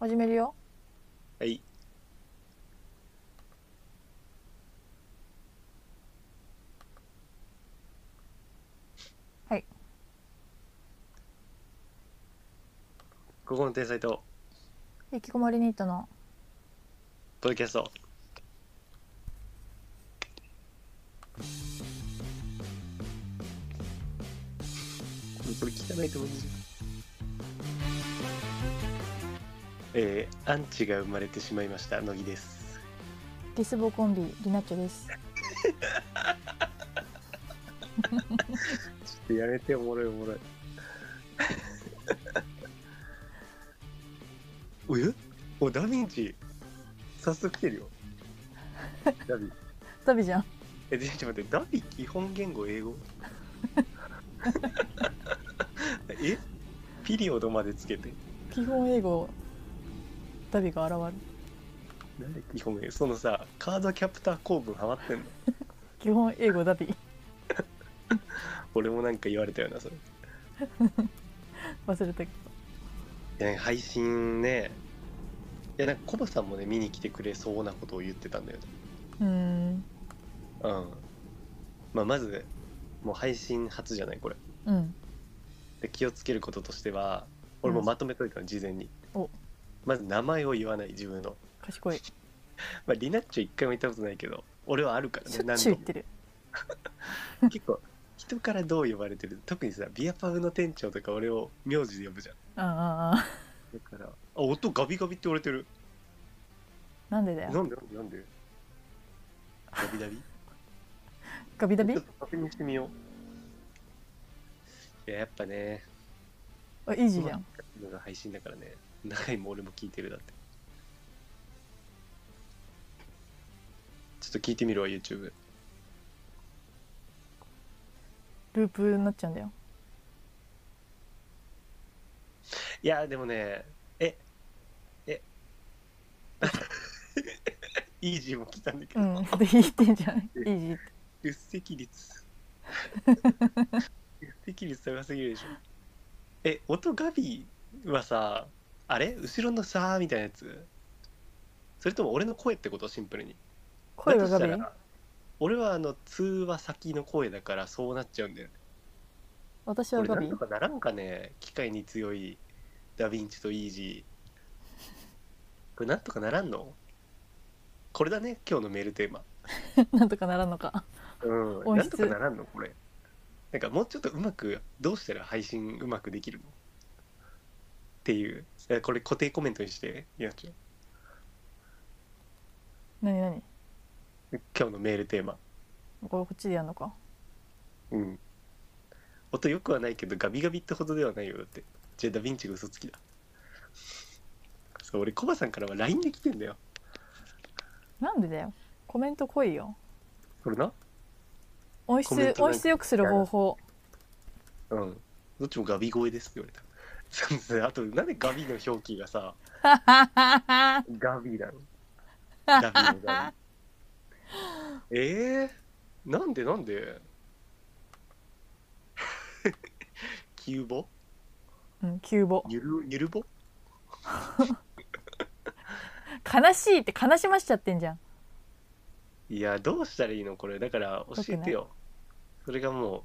始めるよはい。はい。ここの天才と、引きこもりニットのポッドキャスト。これ汚いと思うんですよ。えー、アンチが生まれてしまいました、乃木です。ディスボコンビリナッチョですちょっとやめて、おもろいおもろい。おやお、ダヴィンチ。早速来てるよ。ダヴィ。ダビじゃんえ、ちょっと待って、ダビ基本言語英語 えピリオドまでつけて。基本英語ダビが現るなんで基本英語そのさ、カードキャプター構文ハマってんの基本英語ダビ俺もなんか言われたよな、それ。忘れたけいや、なんか配信ね。いや、なんかコバさんもね、見に来てくれそうなことを言ってたんだよね。どうーんうん。まあ、まず、もう配信初じゃない、これ。うんで気をつけることとしては、俺もまとめといたの、事前に。おまず名前を言わない、自分の。賢いしまあ、リナッチョ一回も行ったことないけど俺はあるからねょっ何ちゅ度う言もってる結構人からどう呼ばれてる特にさビアパブの店長とか俺を名字で呼ぶじゃんああああだからあ音ガビガビって言われてるなんでだなよんでなんでなんでガビダビガビダビちょっと確認してみよういややっぱねあイージーじゃんのが配信だからね長いも俺も聞いてるだってちょっと聞いてみるわ YouTube ループになっちゃうんだよいやでもねええイージーも来たんだけうど、んで言ってんじゃ んイージーって出席率出席率高すぎるでしょえ音ガビはさあれ後ろのさーみたいなやつそれとも俺の声ってことシンプルに声がだガとビしたら俺はあの通話先の声だからそうなっちゃうんだよね私は俺ガなビんとかならんかね機械に強いダヴィンチとイージーこれなんとかならんのこれだね今日のメールテーマなんとかならんのかうん音なん質とかならんのこれなんかもうちょっとうまくどうしたら配信うまくできるのっていういやこれ固定コメントにしていやちょなになに今日のメールテーマこれこっちでやんのかうん音良くはないけどガビガビってほどではないよだってじゃあダヴィンチが嘘つきだそう俺コバさんからは LINE で来てんだよなんでだよコメント来いよこれな音コメン質トなん音か質良くする方法うんどっちもガビ声ですって言われたそうですあとなんでガビの表記がさ ガビなのダビのダビえー、なんでなんで キューボ うん、キューボゆるゆるぼ悲しいって悲しましちゃってんじゃんいやどうしたらいいのこれだから教えてよそれがも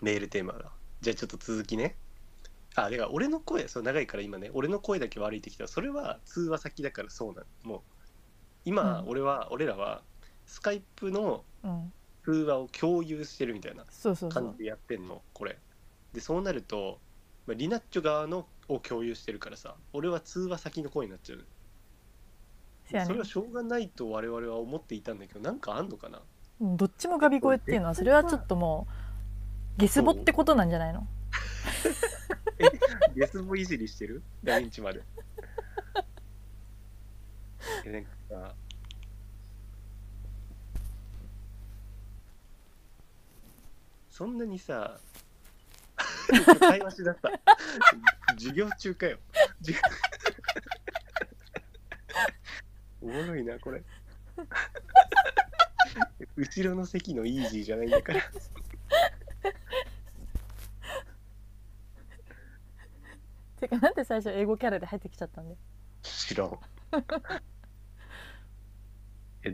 うメールテーマだじゃあちょっと続きねあだから俺の声そう長いから今ね俺の声だけ悪いってきたそれは通話先だからそうなのもう今、うん俺は俺らはスカイプのうん通話を共有してるみたいなそうそうそ感うじでやってんのこれでそうなると、まあ、リナッチョ側のを共有してるからさ俺は通話先の声になっちゃうせやそねれはしょうがないと我々は思っていたんだけどなんかあんのかなうんどっちもガビ声っていうのはそれはちょっともうゲスボってことなんじゃないの ゲスボいじりしてるダヴィンチまで。えなんかさそんなにさ会話しだった授業中かよ 授業おもろいなこれ後ろの席のイージーじゃないんだからてかなんで最初英語キャラで入ってきちゃったんだよ知らん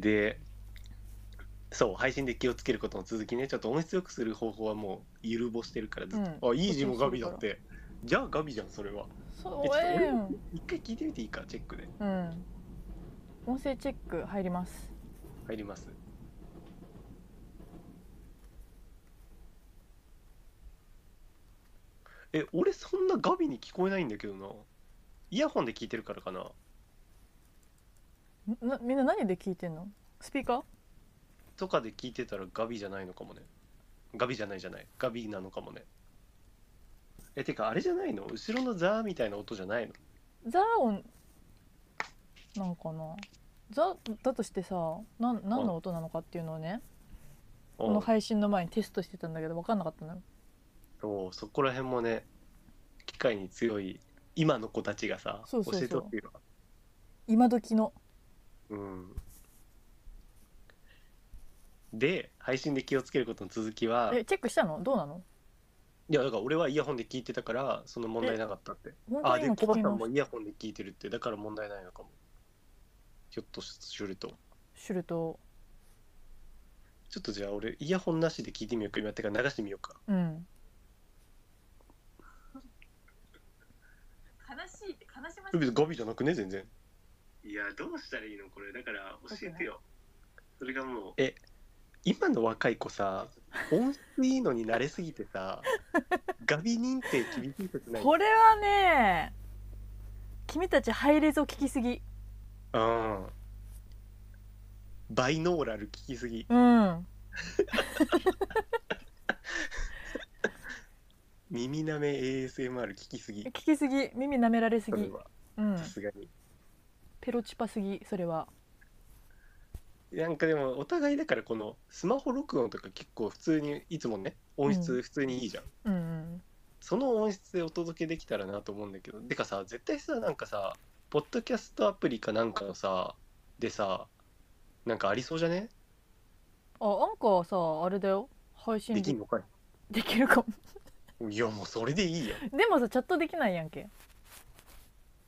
でそう配信で気をつけることの続きねちょっと音質よくする方法はもうゆるぼしてるからずっと、あいい字もガビだってじゃあガビじゃんそれはそうええん一回聞いてみていいかチェックでうん音声チェック入ります入りますえ俺そんなガビに聞こえないんだけどなイヤホンで聞いてるからかなんなみんな何で聞いてんのスピーカーとかで聞いてたらガビじゃないのかもねガビじゃないじゃないガビなのかもねえてかあれじゃないの後ろのザーみたいな音じゃないのザ音なんかなザだとしてさなん何の音なのかっていうのをねこのお配信の前にテストしてたんだけど分かんなかったのよおそこら辺もね機械に強い今の子たちがさそうそうそう教えてほしいわ今時のうんで配信で気をつけることの続きはえチェックしたのどうなのいやだから俺はイヤホンで聞いてたからその問題なかったって本当あにで今コバ聞さきんまもしイヤホンで聞いてるってだから問題ないのかもひょっとするとシュルとちょっとじゃあ俺イヤホンなしで聞いてみようか今ってか流してみようかうん悲しいって悲しまし別いにガビじゃなくね全然いやどうしたらいいのこれだから教えてよそれがもうえ今の若い子さ音質いいのに慣れすぎて さガビ認定厳しい説ないこれはね君たちハイレゾ聞きすぎうんバイノーラル聞きすぎうん耳なめ ASMR 聞きすぎ聞きすぎ耳舐められすそれぎはうんさすがにペロチパすぎそれはなんかでもお互いだからこのスマホ録音とか結構普通にいつもね音質普通にいいじゃん、うんうんその音質でお届けできたらなと思うんだけどてかさ絶対さなんかさポッドキャストアプリかなんかのさでさなんかありそうじゃねあアンカーさあれだよ配信でできんのかできるかもいいやもうそれでいいよでもさチャットできないやんけ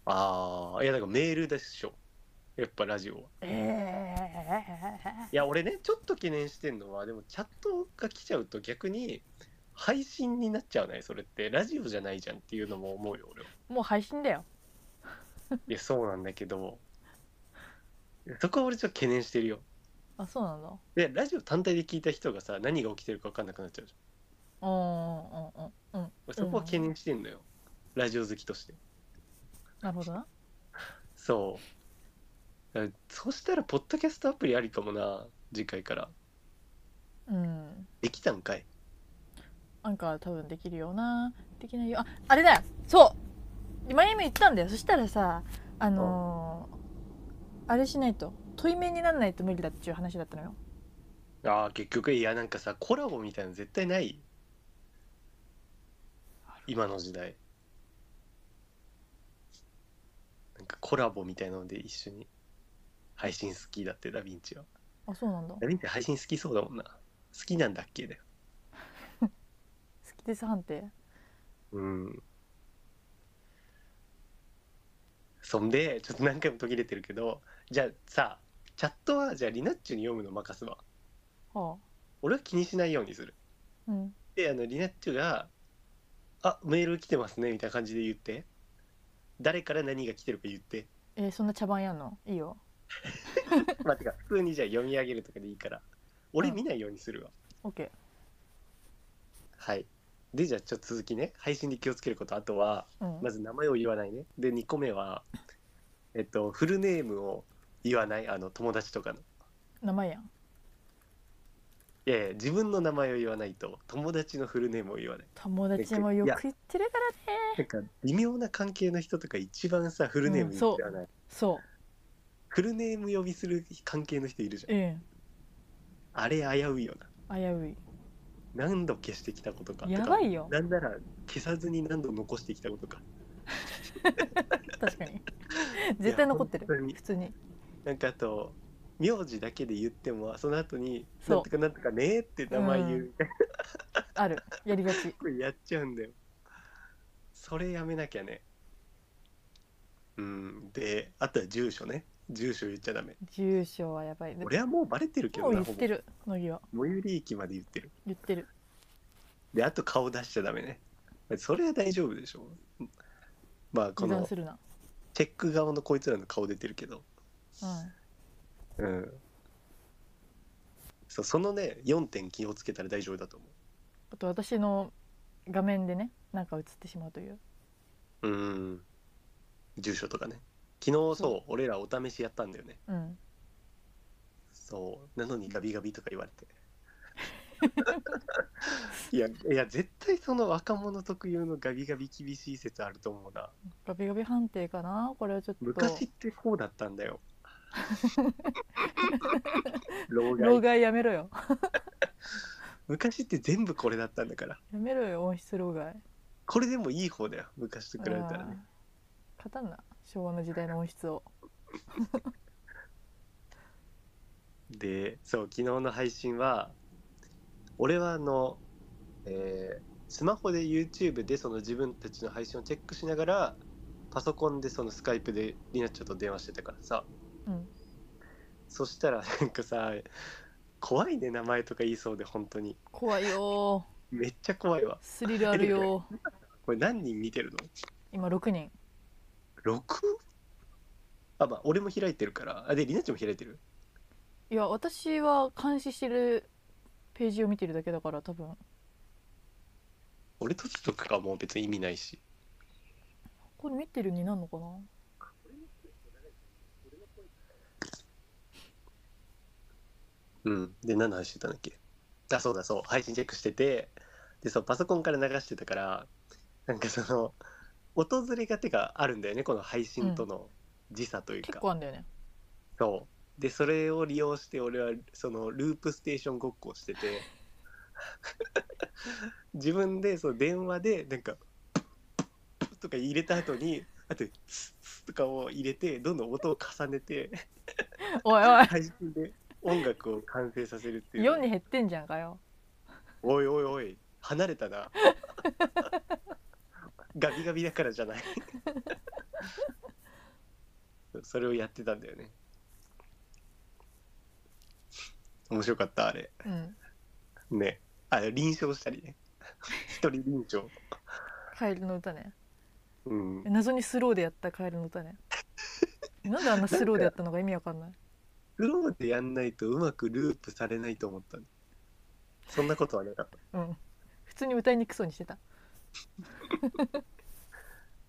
ああいやだからメールでしょやっぱラジオはえいや俺ねちょっと懸念してんのはでもチャットが来ちゃうと逆に配信になっちゃうねそれってラジオじゃないじゃんっていうのも思うよ俺はー、もう配信だよいやそうなんだけどそこは俺ちょっと懸念してるよあそうなんだでラジオ単体で聞いた人がさ何が起きてるか分かんなくなっちゃうじうんうんうんうんうんゃんそこは懸念してんのよ、ラジオ好きとしてなるほどなそうだからそしたらポッドキャストアプリありかもな次回からうんできたんかいアンカー多分できるよなできないよああれだよそうでマイアミ行ったんだよそしたらさあのーあれしないと対面にならないと無理だっていう話だったのよあー結局いやなんかさコラボみたいなの絶対ない今の時代なんかコラボみたいなので一緒に配信好きだってダヴィンチはあそうなんだ好ダヴィンチ配信好きそうだもんな好きなんだっけだよきです判定うんそんでちょっと何回も途切れてるけどじゃあさチャットはじゃあリナッチュに読むの任すわは俺は気にしないようにするあうんであのリナッチュが「あメール来てますね」みたいな感じで言って誰から何が来てるか言ってえーそんな茶番やんのいいよまあてか普通にじゃあ読み上げるとかでいいから俺うん見ないようにするわ、オッケはいでじゃあちょっと続きね配信に気をつけることあとはーうんまず名前を言わないねで2個目はえっとフルネームを言わないあの友達とかの名前やんいやいや自分の名前を言わないと友達のフルネームを言わない友達もよく言ってるからねなんか微妙な関係の人とか一番さフルネーム言ってはない、そフルネーム呼びする関係の人いるじゃんううんあれ危ういよ危ういな。何度消してきたことか。やばいよてかなんなら消さずに何度残してきたことか。確か に絶対残ってる本当に普通になんかあと、名字だけで言っても、その後に、そうなんとかなんとかねーって名前言うみたいなあるやりがちことやっちゃうんだよ。それやめなきゃね。うん、であとは住所ね住所言っちゃダメ住所はやばいでも俺はもうバレてるけどうな言っほぼて最る乃木は寄り駅まで言ってる言ってるであと顔出しちゃダメねそれは大丈夫でしょまあこ油断のするなチェック顔のこいつらの顔出てるけどうんうんそうそのね4点気をつけたら大丈夫だと思あと私の画面でねなんか映ってしまうというううん住所とかね昨日そそう俺らお試しやったんだよねうんそうなのにガビガビとか言われて いやいや絶対その若者特有のガビガビ厳しい説あると思うなガビガビ判定かなこれはちょっと昔ってこうだったんだ よ老害老害やめろよ昔って全部これだったんだからやめろよ音質老害これでもいい方だよ昔と比べたらねあー勝たんな昭和の時代の音質をでそう昨日の配信は俺はあの、えースマホで YouTube でその自分たちの配信をチェックしながらパソコンでそのスカイプでりなちゃんと電話してたからさうんそしたらなんかさ怖いね名前とか言いそうで本当に怖いよめっちゃ怖いわースリルあるよーこれ何人見てる今6人の 6? あまあ俺も開いてるからあでりなちゃんも開いてるいや私は監視してるページを見てるだけだから多分俺閉じとくかもう別に意味ないしこれ見てるになんのかなうん。で、何の話してたんだっけあ、そうだ、そう。配信チェックしてて、で、そう、パソコンから流してたから、なんかその、訪れがてがあるんだよね、この配信との時差という結か。構あんだよねそう。で、それを利用して、俺は、その、ループステーションごっこをして て、自分で、そう、電話で、なんか、とか入れた後に、あと、ツッツッとかを入れて、どんどん音を重ねて、おいおい配信で音楽を完成させるっていう。 4に減ってんじゃんかよおいおいおい離れたな ガビガビだからじゃない それをやってたんだよね面白かったあれうんねあれ臨床したりね 一人臨床カエルの歌ねうん謎にスローでやったカエルの歌 ねなんであんなスローでやったのか意味わかんないスローでやんないとうまくループされないと思ったのそんなことはなかったうん普通に歌いにくそうにしてた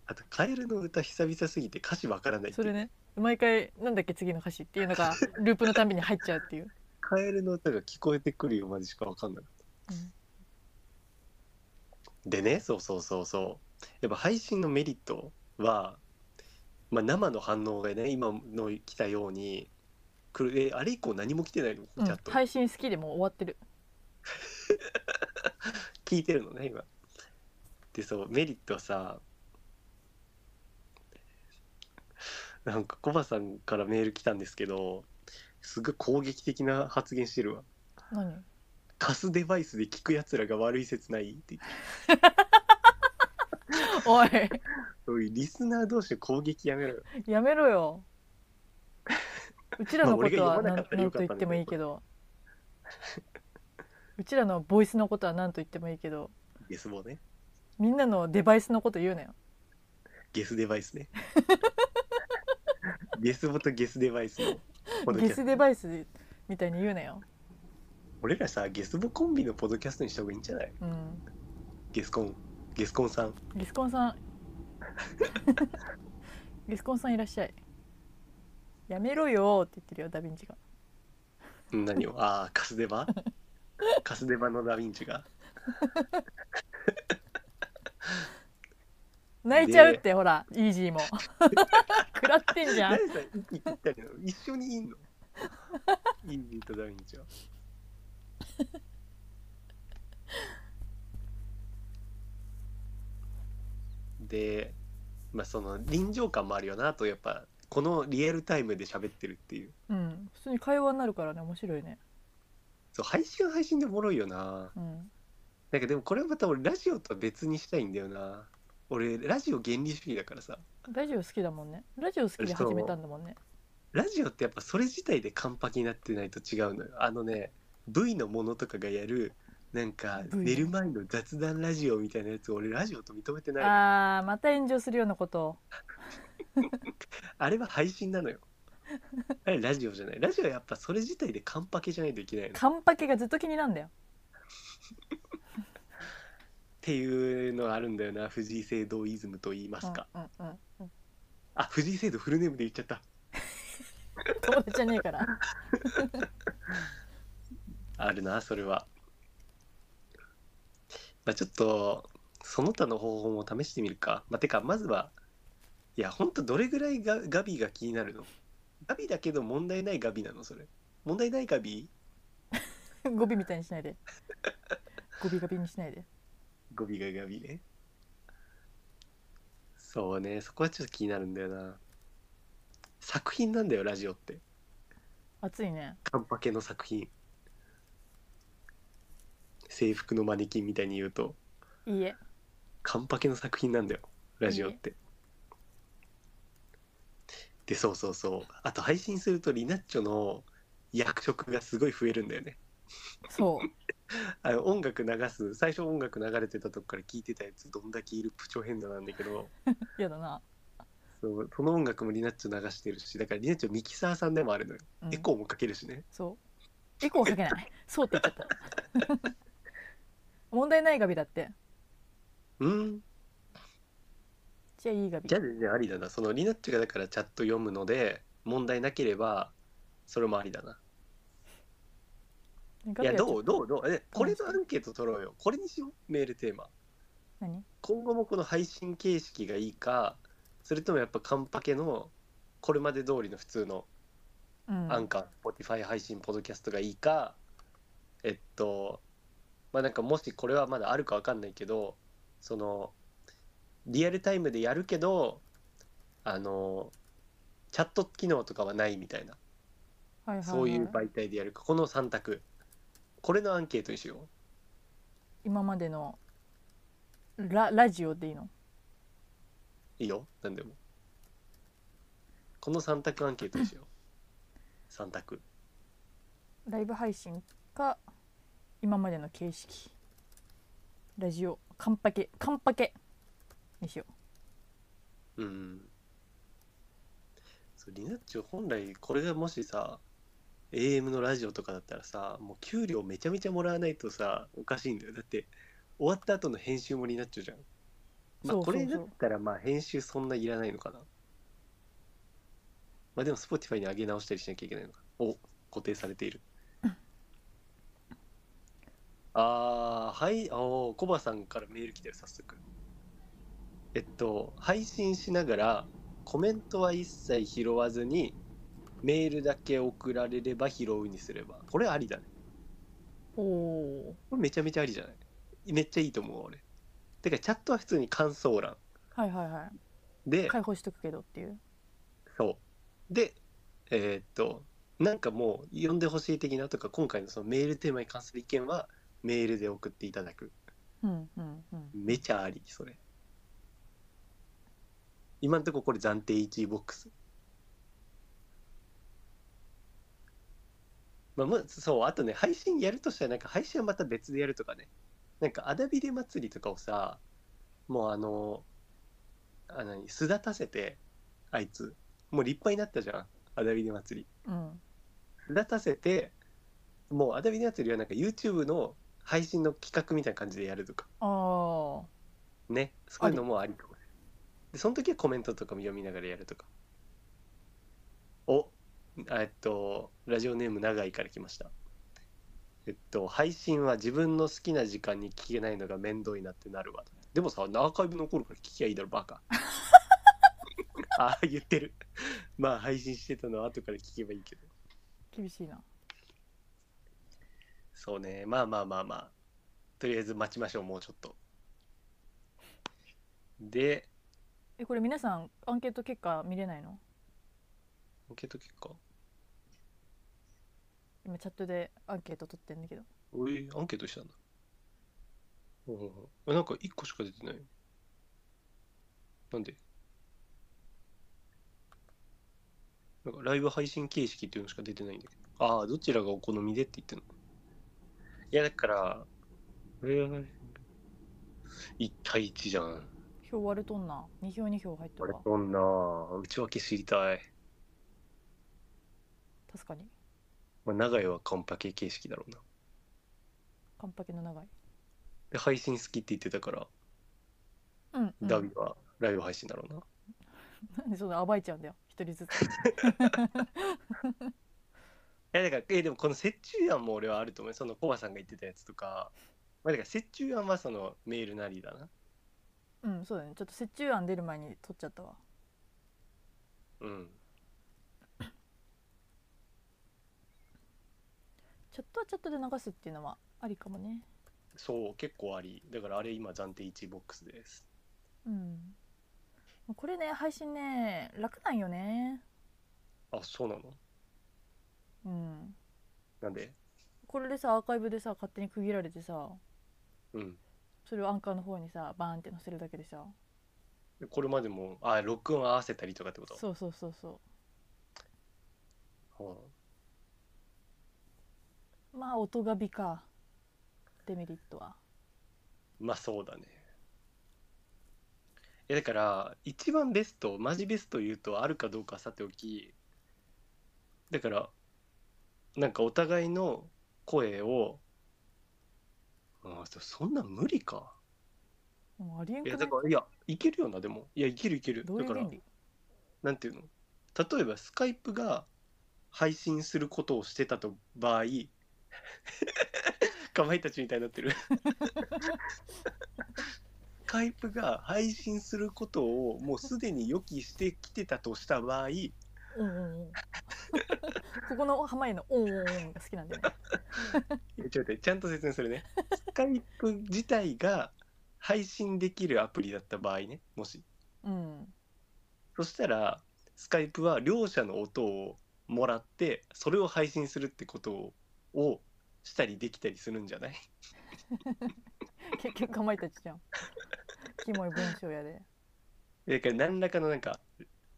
あとカエルの歌久々すぎて歌詞わからないってそいうれね毎回なんだっけ次の歌詞っていうの がループのたんびに入っちゃうっていう、カエルの歌が聞こえてくるよまでしかわかんなかったうんでねそうそうそうそうやっぱ配信のメリットは、まあ、生の反応がね今の来たように来るえあれ以降何も来てないのうんチャット、配信好きでもう終わってる聞いてるのね今でそうメリットはさなんかコバさんからメール来たんですけどすごい攻撃的な発言してるわ 何カスデバイスで聞くやつらが悪い説ないって言っておいおいリスナー同士の攻撃やめろよやめろようちらのことはまあ俺が読ま何なかったら何よとか言ったっんだけどてもいいけどうちらのボイスのことは何と言ってもいいけどゲスボねみんなのデバイスのこと言うなよゲスデバイスね。 ゲスボとゲスデバイスのポドキャゲストスデバイスみたいに言うなよ俺らさ、ゲスボコンビのポドキャストにした方がいいんじゃないうんゲスコン、ゲスコンさん。ゲスコンさん ゲスコンさんいらっしゃいやめろよーって言ってるよダヴィンチがうん何をああ、カスデバ カスデバのダヴィンチが。泣いちゃうってほらイージー も食らってんじゃん何さ、息ぴったりなの一緒にいんのインディーとダヴィンチは。で、まあその臨場感もあるよなと、やっぱ、このリアルタイムで喋ってるっていう。うん普通に会話になるからね面白いねそう配信は配信でおもろいよなうんなんかでもこれまた俺ラジオとは別にしたいんだよな俺ラジオ原理主義だからさラジオ好きだもんねラジオ好きで始めたんだもんねラジオってやっぱそれ自体で完璧になってないと違うのよあのね V のものとかがやるなんか V 寝る前の雑談ラジオみたいなやつを俺ラジオと認めてないああーまた炎上するようなことをれは配信なの よあれラジオじゃないラジオはやっぱそれ自体で完璧じゃないといけないのっカンパケがずっと気になるんだよていうのがあるんだよな藤井聖堂イズムと言いますか、うんうんうんうんあ藤井聖堂フルネームで言っちゃった友達じゃねえから あるなそれはまあちょっとその他の方法も試してみるかまあてかまずはいやほんとどれぐらいがガビが気になるのガビだけど問題ないガビなのそれ問題ないガビ語尾みたいにしないで語尾がビにしないでゴビがガビねそうねそこはちょっと気になるんだよな作品なんだよラジオって熱いねカンパケの作品制服のマネキンみたいに言うといいえカンパケの作品なんだよラジオって。でそうそうそうあと配信するとリナッチョの役職がすごい増えるんだよね。そうあの音楽流す最初音楽流れてたとこから聞いてたやつどんだけいるプチョ変だなんだけど嫌だな、そうその音楽もリナッチョ流してるしだからリナッチョミキサーさんでもあるのよ、うんエコーもかけるしねそうエコーかけないそうって言っちゃった 問題ないガビだってうんじゃあいいガビじゃあ全然ありだなそのリナッチョがだからチャット読むので問題なければそれもありだなガいビやはどうどうどうえこれのアンケート取ろうよこれにしようメールテーマ何今後もこの配信形式がいいかそれともやっぱカンパケのこれまで通りの普通のうんアンカー、Spotify 配信ポッドキャストがいいかえっとまあなんかもしこれはまだあるかわかんないけどそのリアルタイムでやるけどあのチャット機能とかはないみたいなはいはいはいそういう媒体でやるかこの3択これのアンケートにしよう今までのララジオでいいのいいよ、何でも。この3択アンケートにしよう。3択。ライブ配信か今までの形式ラジオカンパケカンパケにしようん。そう、リナッチョ本来、これがもしさ、AM のラジオとかだったらさ、もう給料めちゃめちゃもらわないとさ、おかしいんだよ。だって、終わった後の編集もリナッチョじゃん。まあ、そうこそうそうれだったら、まあ、編集そんないらないのかな。まあ、でも、Spotify に上げ直したりしなきゃいけないのか。お、固定されている。あー、はい、おー、コバさんからメール来てる、早速。えっと、配信しながら、コメントは一切拾わずに、メールだけ送られれば拾うにすれば。これありだね。うおおこれめちゃめちゃありじゃないめっちゃいいと思うわ、俺。てか、チャットは普通に感想欄。ーはいはいはでい、解放しとくけどっていうそう。で、えーっと、なんかもう、読んでほしい的なとか、今回のそのメールテーマに関する意見は、メールで送っていただく。うんうんうんめちゃあり、それ。今んとここれ暫定1位ボックス。まあ、まあ、そう、あとね、配信やるとしたら、なんか配信はまた別でやるとかね。なんか、アダビデ祭りとかをさ、もうあの、あ、なに、巣立たせて、あいつ。もう立派になったじゃん、アダビデ祭り。うん立たせてもうアダビのやつよりはなんか YouTube の配信の企画みたいな感じでやるとかああねそういうのもありかもねでその時はコメントとかも読みながらやるとかおあえっとラジオネーム長井から来ましたえっと配信は自分の好きな時間に聞けないのが面倒になってなるわでもさアーカイブ残るから聞きゃいいだろバ カあー言ってるまあ配信してたのは後から聞けばいいけど厳しいなそうね、まあまあまあまあ。とりあえず待ちましょう、もうちょっと。で、えこれ皆さんアンケート結果見れないのアンケート結果今チャットでアンケート取ってんだけどおい、アンケートしたんだ。うんうんうん、えなんか1個しか出てない。なんでなんかライブ配信形式っていうのしか出てないんだけど。ああ、どちらがお好みでって言ってんの。いや、だから、ライブ配信1対1じゃん。票割れとんな2票2票入ってあるれわそんな内訳知りたい。確かにまあ、長いはカンパケ形式だろうな。カンパケの長いで、配信好きって言ってたから、うん、うん、ダビはライブ配信だろうな。なん でそんな暴いちゃうんだよ一人ずつ いやだからえでもこの折衷案も俺はあると思うよそのコバさんが言ってたやつとか、まあ、だから折衷案はそのメールなりだなうんそうだねちょっと折衷案出る前に取っちゃったわうんチャットはチャットで流すっていうのはありかもねそう結構ありだからあれ今暫定1ボックスですうんこれね配信ね楽なんよねあそうなのうんなんでこれでさアーカイブでさ勝手に区切られてさうんそれをアンカーの方にさバーンって載せるだけでさでこれまでもあ録音合わせたりとかってことそうそうそうそはうまあ音が美かデメリットはあまあそうだねいやだから一番ベストマジベスト言うとあるかどうかはさておきだからなんかお互いの声をああそんなん無理かもうありえんいやくなだいからいやいけるよなでもいやいけるいけるどうだいうから原理なんていうの例えばスカイプが配信することをしてたと場合かまいたちみたいになってるスカイプが配信することをもうすでに予期してきてたとした場合うんうんうん ここの濱家の「オンオンオン」が好きなんだよねいやちょっと待ってちゃんと説明するね。スカイプ自体が配信できるアプリだった場合ね、もし。うんそしたら、スカイプは両者の音をもらって、それを配信するってことををしたりできたりするんじゃない 結局かまいたちじゃん キモい文章やでだから何らかのなんか、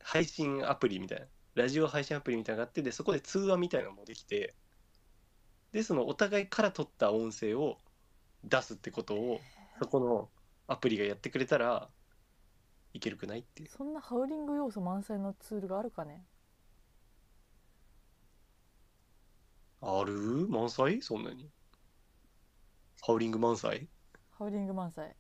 配信アプリみたいな、ラジオ配信アプリみたいなのがあって、で、そこで通話みたいなのもできて、で、そのお互いから取った音声を出すってことを、そこのアプリがやってくれたらいけるくないっていう。そんなハウリング要素満載のツールがあるかねある満載そんなに。ハウリング満載ハウリング満載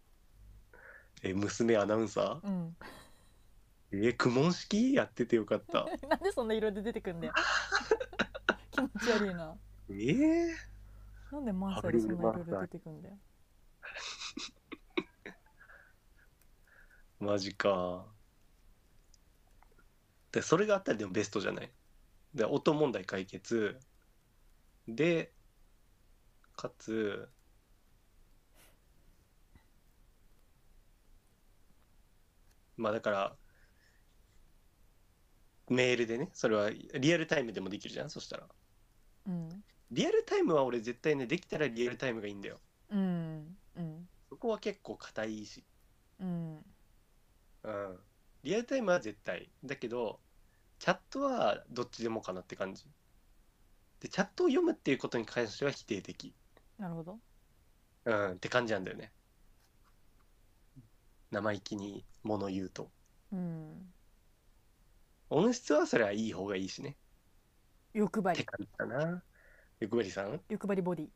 え、娘アナウンサうん ーえ、苦問式やっててよかった。なんでそんな色で出てくんだよ 気持ち悪いなえー、なんで満載でそんな色で出てくんだよマジか。で、それがあったらでもベストじゃない。で、音問題解決。で、かつ、まあだから、メールでね、それはリアルタイムでもできるじゃん、そしたら。うんリアルタイムは俺絶対ね、できたらリアルタイムがいいんだよ。うんうんそこは結構硬いし。うんうんリアルタイムは絶対だけどチャットはどっちでもかなって感じでチャットを読むっていうことに関しては否定的なるほどうんって感じなんだよね生意気に物言うとうん音質はそれはいい方がいいしね欲張ってり感じだな欲張りさん欲張りボディ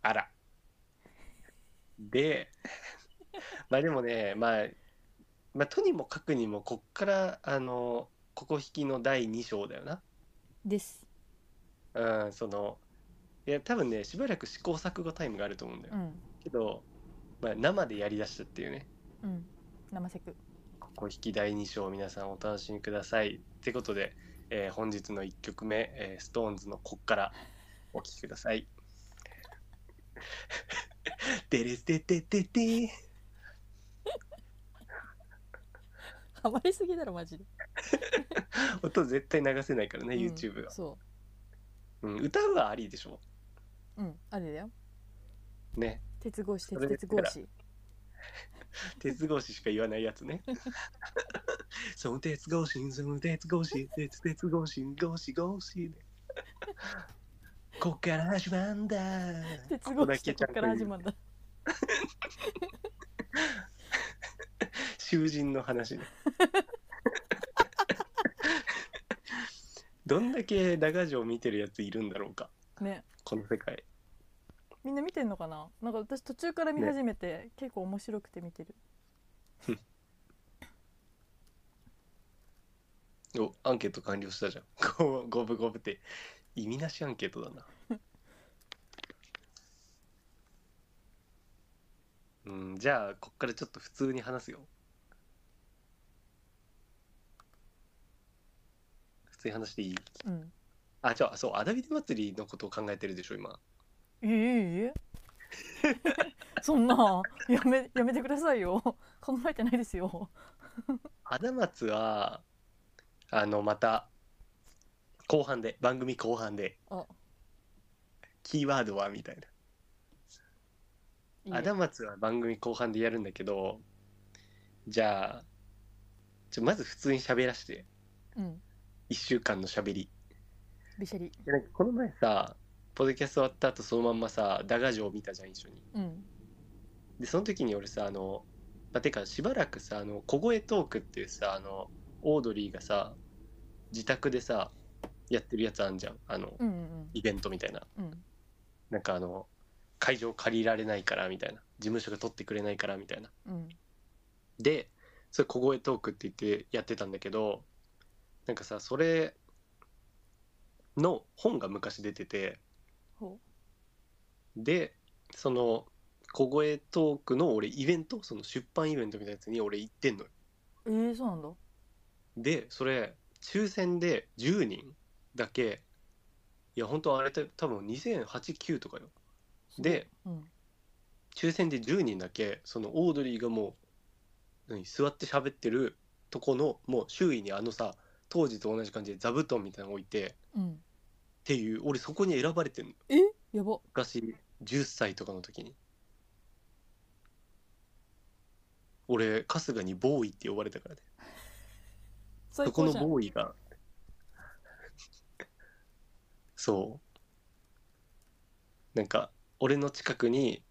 あらで まあでもねまあまあとにもかくにもこっからあのここ引きの第2章だよなですうん、そのいや多分ねしばらく試行錯誤タイムがあると思うんだよ、うんけど、まあ、生でやりだしたっていうねうん生セクここ引き第2章を皆さんお楽しみくださいってことで、えー本日の1曲目、えー、SixTONES の「こっから」お聴きください。 デレステテテテハマりすぎだろマジで音絶対流せないからね、YouTube うんは、そうん、歌うはありでしょううんあれだよね鉄格子それで鉄鉄格子鉄格子しか言わないやつね。その鉄格子、その鉄格子、鉄鉄格子、ゴシゴシ。こっから始まんだ。鉄格子ってこっから始る。まるんだ囚人の話ね。どんだけ長城見てるやついるんだろうか、ねこの世界。みんな見てんのかななんか私途中から見始めて、結構面白くて見てるお、アンケート完了したじゃん。 ごごぶごぶって。意味なしアンケートだな。 うん、じゃあ、こっからちょっと普通に話すよ。普通に話していいうんあ、じゃあ、そう、アダビデ祭りのことを考えてるでしょ、今。いえい えそんなやめやめてくださいよ考えてないですよ花松はあのまた後半で番組後半であキーワードはみたいないいえ花松は番組後半でやるんだけどじゃあちょまず普通に喋らしてうん1週間の喋りびしゃりでなんかこの前さポッドキャスト終わった後そのまんまさ「ダガ城」見たじゃん一緒にうんでその時に俺さあの、まあ、てかしばらくさあの小声トークっていうさあのオードリーがさ自宅でさやってるやつあんじゃんあのうんうんイベントみたいなうんうんなんかあの会場借りられないからみたいな事務所が取ってくれないからみたいなうんでそれ小声トークって言ってやってたんだけどなんかさそれの本が昔出ててほでその小声トークの俺イベントその出版イベントみたいなやつに俺行ってんのようえー、そうなんだでそれ抽選で10人だけいや本当あれって多分2008-9とかよすごいでうん抽選で10人だけそのオードリーがもう何座って喋ってるとこのもう周囲にあのさ当時と同じ感じで座布団みたいなの置いてっうんていう俺そこに選ばれてんのえやば昔10歳とかの時に俺春日にボーイって呼ばれたからね最そこ高のじゃんボーイがそうなんか俺の近くに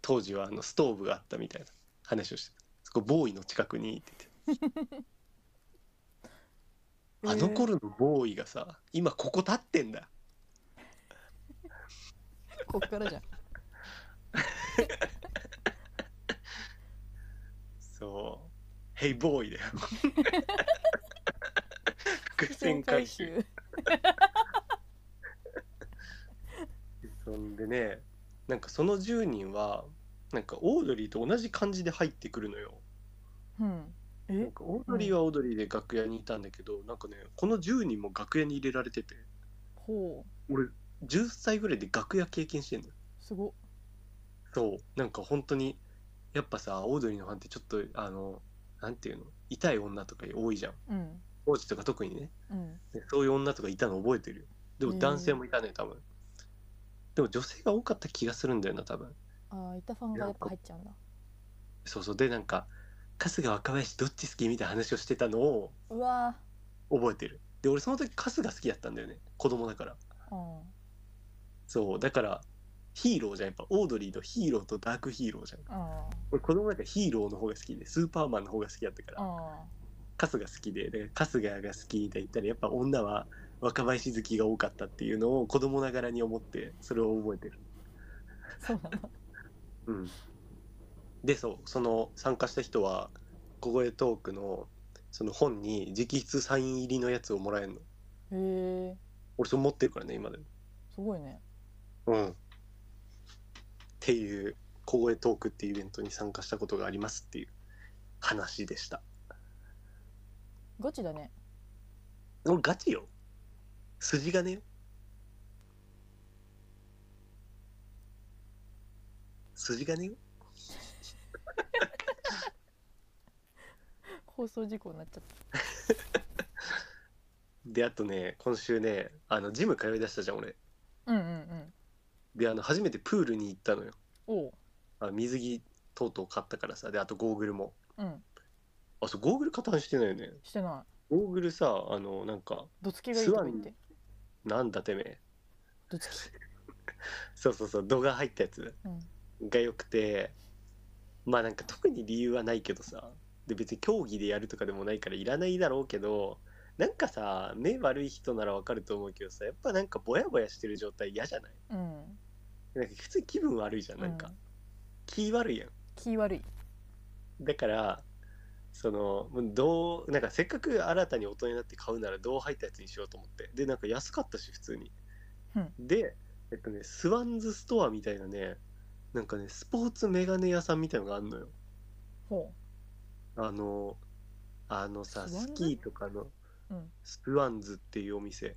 当時はあのストーブがあったみたいな話をしてたそこボーイの近くにって言ってあの頃のボーイがさ今ここ立ってんだえーこっからじゃんそう「ヘイボーイ」だよ伏線回収そんでねなんかその10人はなんかオードリーと同じ感じで入ってくるのよ、うんなえんかオードリーはオードリーで楽屋にいたんだけど、なんかねこの10人も楽屋に入れられててほ俺10歳ぐらいで楽屋経験してんのようすごそうなんか本当にやっぱさオードリーのファンってちょっとあのなんていうの痛い女とか多いじゃんうん王子とか特にねうんでそういう女とかいたの覚えてるよでうもん男性もいたね多分でも女性が多かった気がするんだよな多分あーいたファンがやっぱ入っちゃうんだそうそうでなんか春日若林どっち好きみたいな話をしてたのをうわ覚えてるで俺その時春日好きだったんだよね子供だからーうんそうだからヒーローじゃんやっぱオードリーのヒーローとダークヒーローじゃんうん俺子供だからヒーローの方が好きでスーパーマンの方が好きだったからうん春日好きでだから春日が好きで言ったらやっぱ女は若林好きが多かったっていうのを子供ながらに思ってそれを覚えてるそうなんだうんでそうその参加した人は小声トークのその本に直筆サイン入りのやつをもらえるの へえ俺それ持ってるからね今でもすごいねうん。っていう、小声トークっていうイベントに参加したことがありますっていう話でした。ガチだね俺ガチよ。筋がね筋がねよ。放送事故になっちゃっで、あとね、今週ね、あの、ジム通い出したじゃん、俺。たうんうんうんで、あの、初めてプールに行ったのよ。おうあ水着とうとう買ったからさであとゴーグルもうんあそうゴーグル片足してないよねしてなゴーグルさあのなんかいどつきがいいとか言っスワてなんだてめえどつきそうそうそう動画入ったやつうんが良くてまあなんか特に理由はないけどさで別に競技でやるとかでもないからいらないだろうけどなんかさ目悪い人ならわかると思うけどさやっぱなんかボヤボヤしてる状態嫌じゃないうんなんか普通に気分悪いじゃんなんか、うん気悪いやん気悪いだからそのもうどうなんかせっかく新たに大人になって買うならどう入ったやつにしようと思ってでなんか安かったし普通に、うんでえっとねスワンズストアみたいなねなんかねスポーツメガネ屋さんみたいのがあんのよほあのあのさスワンズスキーとかのうんスワンズっていうお店、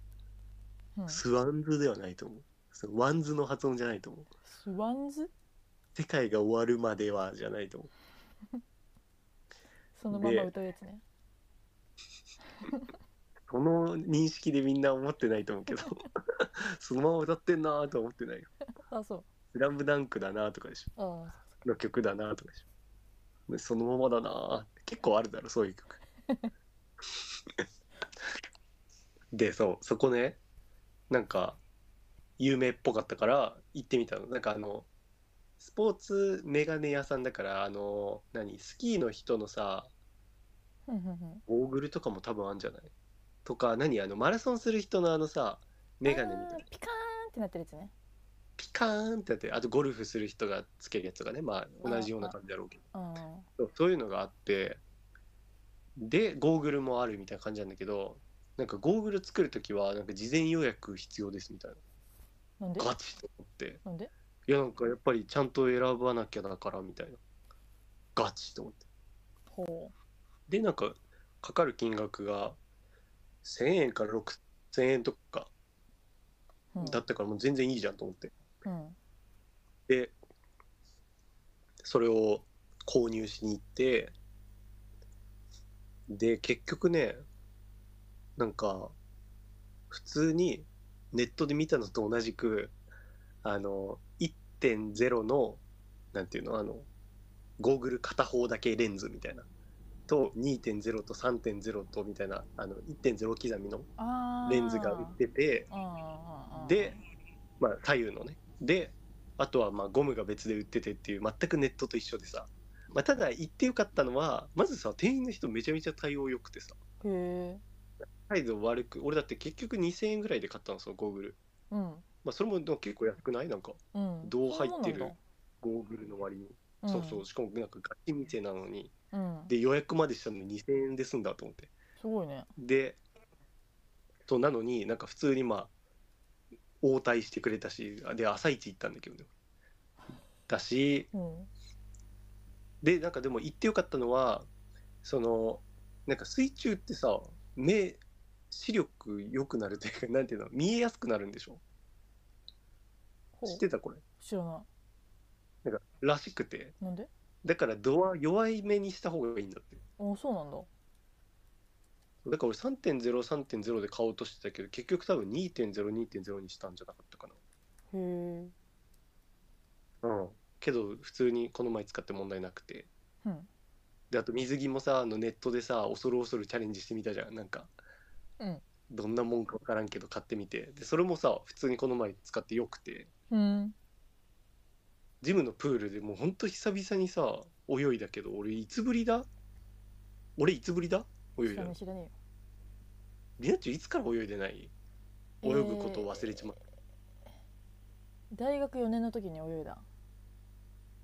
う、うん、ススワンズではないと思うそのワンズの発音じゃないと思うワンズ世界が終わるまではじゃないと思うそのままで歌うやつねその認識でみんな思ってないと思うけ どそのまま歌ってんなーとは思ってないよあそう「スラムダンクだなーとかでしあーょの曲だなーとかでしょでそのままだなーって結構あるだろそういう曲 でそうそこねなんか有名っぽかったから行ってみたのなんかあのスポーツメガネ屋さんだからあの何スキーの人のさふんふんふんゴーグルとかも多分あんじゃないとか何あのマラソンする人のあのさメガネみたいなあーピカーンってなってるやつねピカーンってやってあとゴルフする人がつけるやつとかねまあ同じような感じだろうけどうんそうそういうのがあってでゴーグルもあるみたいな感じなんだけどなんかゴーグル作る時はなんか事前予約必要ですみたいなんでなガチと思ってなんでいやなんかやっぱりちゃんと選ばなきゃだからみたいなガチと思ってほでなんかかかる金額が1000円から6000円とかう、うん、だったからもう全然いいじゃんと思ってうんでそれを購入しに行ってで結局ねなんか普通にネットで見たのと同じくあの1.0のなんていうのあのゴーグル片方だけレンズみたいなと2.0と3.0とみたいなあの1.0刻みのあーレンズが売っててあーあーあーで、まあ、左右のねであとはまあゴムが別で売っててっていう全くネットと一緒でさ、まあ、ただ行ってよかったのはまずさ店員の人めちゃめちゃ対応良くてさへえ態度悪く俺だって結局2000円ぐらいで買ったのそのゴーグル、うんまあ、それもでも結構安くないなんかうんどう入ってるそうなんだゴーグルの割うに、んそうそうしかもなんかガチ店なのにうんで予約までしたのに2000円で済んだと思ってすごいねでそうなのになんか普通にまあ応対してくれたしで朝一行ったんだけどねだしうんでなんかでも行ってよかったのはそのなんか水中ってさ目視力良くなるというかなんていうの見えやすくなるんでしょほう知ってたこれ知らななんからしくていなんでだからドア弱い目にした方がいいんだってあそうなんだだから俺3.03.0で買おうとしてたけど結局多分2.02.0にしたんじゃなかったかへえなうんけど普通にこの前使って問題なくてうんであと水着もさあのネットでさ恐る恐るチャレンジしてみたじゃんなんか、うんどんなもんか分からんけど買ってみてでそれもさ普通にこの前使ってよくてうんジムのプールでもうほんと久々にさ泳いだけど俺いつぶりだ俺いつぶりだ泳い知だらねのえ知らねリナッチいつから泳いでないえ泳よぐことを忘れちまった、えー大学4年の時に泳いだ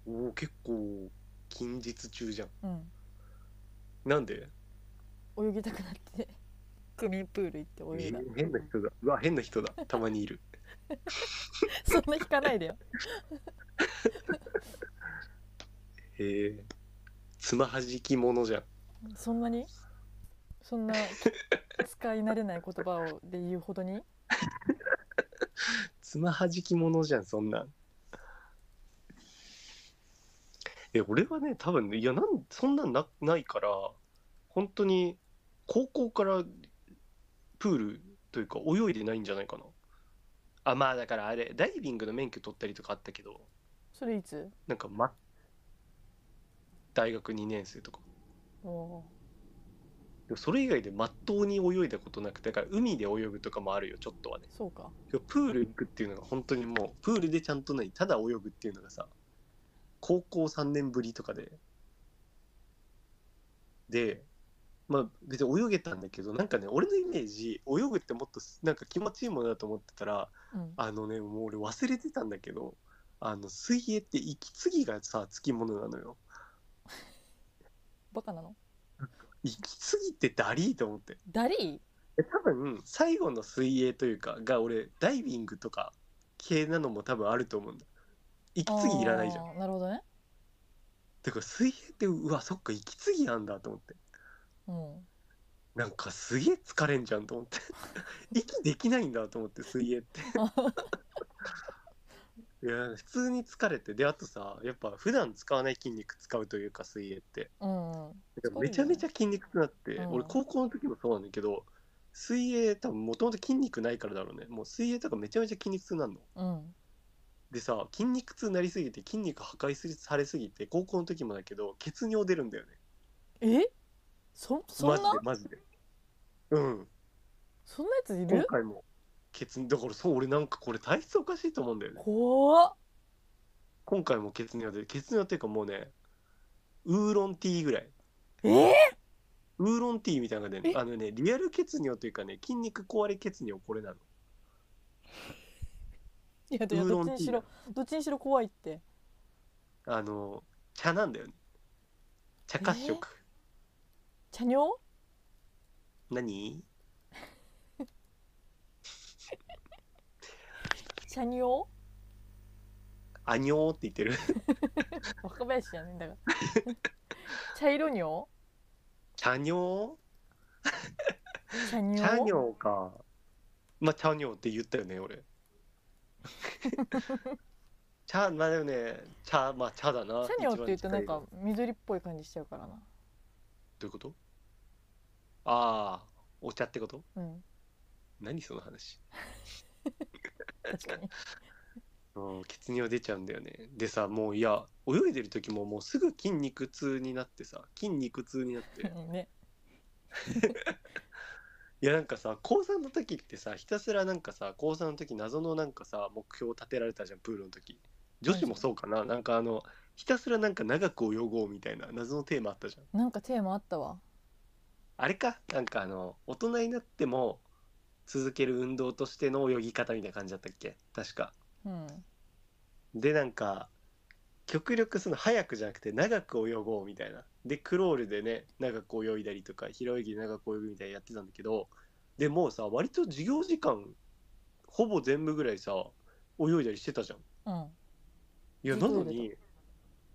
おお結構近日中じゃんうんなんで、泳ぎたくなって 区民プール行って泳いだえー変な人だうわ変な人だたまにいるそんな引かないでよへえつまはじき者じゃんそんなにそんな 使い慣れない言葉をで言うほどにつまはじきものじゃんそんなんえ俺はね多分ねいやなんそんなんなないから本当に高校からプールというか泳いでないんじゃないかなあまあだからあれダイビングの免許取ったりとかあったけどそれいつなんか、ま、大学2年生とかおでもそれ以外でまっとうに泳いだことなくてだから海で泳ぐとかもあるよちょっとはねーそうかでもプール行くっていうのが本当にもうプールでちゃんとないただ泳ぐっていうのがさ高校3年ぶりとかででまあ別に泳げたんだけどなんかね俺のイメージ泳ぐってもっとなんか気持ちいいものだと思ってたらうんあのねもう俺忘れてたんだけどあの水泳って息継ぎがさつきものなのよバカなの息継ぎってダリーと思ってダリえ多分最後の水泳というかが俺ダイビングとか系なのも多分あると思うんだ息ー継ぎいらないじゃんあーなるほどねてか水泳ってうわそっか息継ぎなんだと思ってうんなんかすげえ疲れんじゃんと思って 息できないんだと思って水泳って いや普通に疲れてであとさやっぱ普段使わない筋肉使うというか水泳ってうんうんだからめちゃめちゃ筋肉くなって、うん俺高校の時もそうなんだけど水泳多分もともと筋肉ないからだろうねもう水泳とかめちゃめちゃ筋肉痛になるのうんでさ筋肉痛になりすぎて筋肉破壊すりされすぎて高校の時もだけど血尿出るんだよねえそそマんジなでマジでうんそんなやつい今る回も血だからそう俺なんかこれ体質おかしいと思うんだよね怖っ今回も血尿で血尿っていうかもうねウーロンティーぐらいえー、ウーロンティーみたいなのが出るえあのねリアル血尿というかね筋肉壊れ血尿これなのいやウいやーどロっンちティにーしろどっちにしろ怖いってあの茶なんだよね茶褐色茶尿何茶尿アニョーって言ってる 若林やねんだから 茶色尿茶尿茶尿茶尿かまあ茶尿って言ったよ ね俺茶まあでもね茶まあ茶だな茶尿って言う一と番な近いんか緑っぽい感じしちゃうからなどういうことああお茶ってことうん何その話確かに うん血尿出ちゃうんだよねでさもういや泳いでる時ももうすぐ筋肉痛になってさ筋肉痛になってうんねいやなんかさ高3の時ってさひたすらなんかさ高3の時謎のなんかさ目標を立てられたじゃんプールの時女子もそうかななんかあのひたすらなんか長く泳ごうみたいな謎のテーマあったじゃんなんかテーマあったわあれかなんかあの大人になっても続ける運動としての泳ぎ方みたいな感じだったっけ確かうんでなんか極力その早くじゃなくて長く泳ごうみたいなでクロールでね長く泳いだりとか平泳ぎで長く泳ぐみたいなやってたんだけどでもうさ割と授業時間ほぼ全部ぐらいさ泳いだりしてたじゃんうんいやずっなとの泳いでたに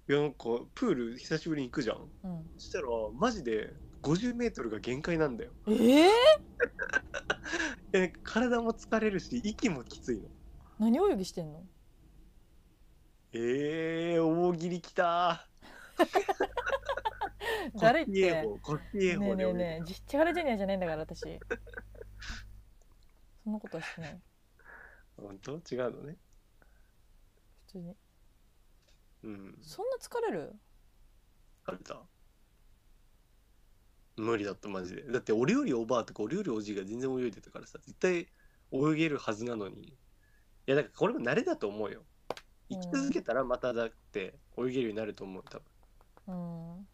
いやなんかプール久しぶりに行くじゃんうんそしたらマジで 50m が限界なんだよええいやなんか体も疲れるし息もきついの何泳ぎしてんのえー、大喜利きたー誰ってコッキー泳法コッキーね泳え法でね泳えいでねたえジャラジュニアじゃないんだから 私そんなことはしてない本当違うのね。普通にうん。そんな疲れる疲れた無理だった、マジで。だって、俺よりおばあとか、俺よりおじいが全然泳いでたからさ、絶対泳げるはずなのに。いや、だからこれも慣れだと思うよ。生き続けたらまただって泳げるようになると思う、多分。うん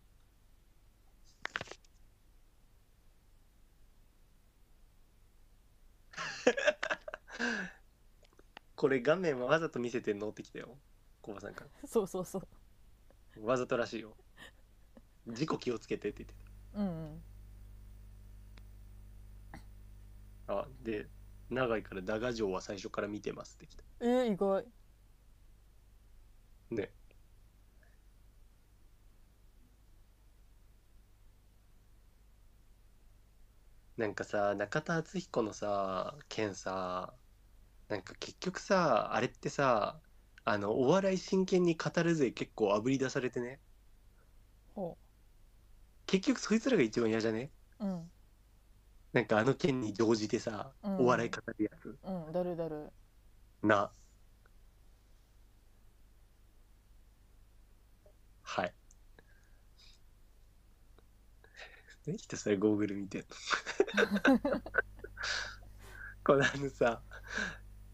これ画面はわざと見せてんのってきたよ。コバさんか ら。そうそうそうわざとらしいよ。事故気をつけてって言ってうんうんた。あ、で、長いから、ダガ城は最初から見てますってきた。えー、意外ね。なんかさ、中田敦彦のさ、件さ、なんか結局さ、あれってさ、あの、お笑い真剣に語るぜ結構あぶり出されてね。ほ結局そいつらが一番嫌じゃねううんなんかあの件に乗じてさ、うんお笑い語るやつ。うんだるだるな。はい。 何ひたすらゴーグル見てんの このあのさ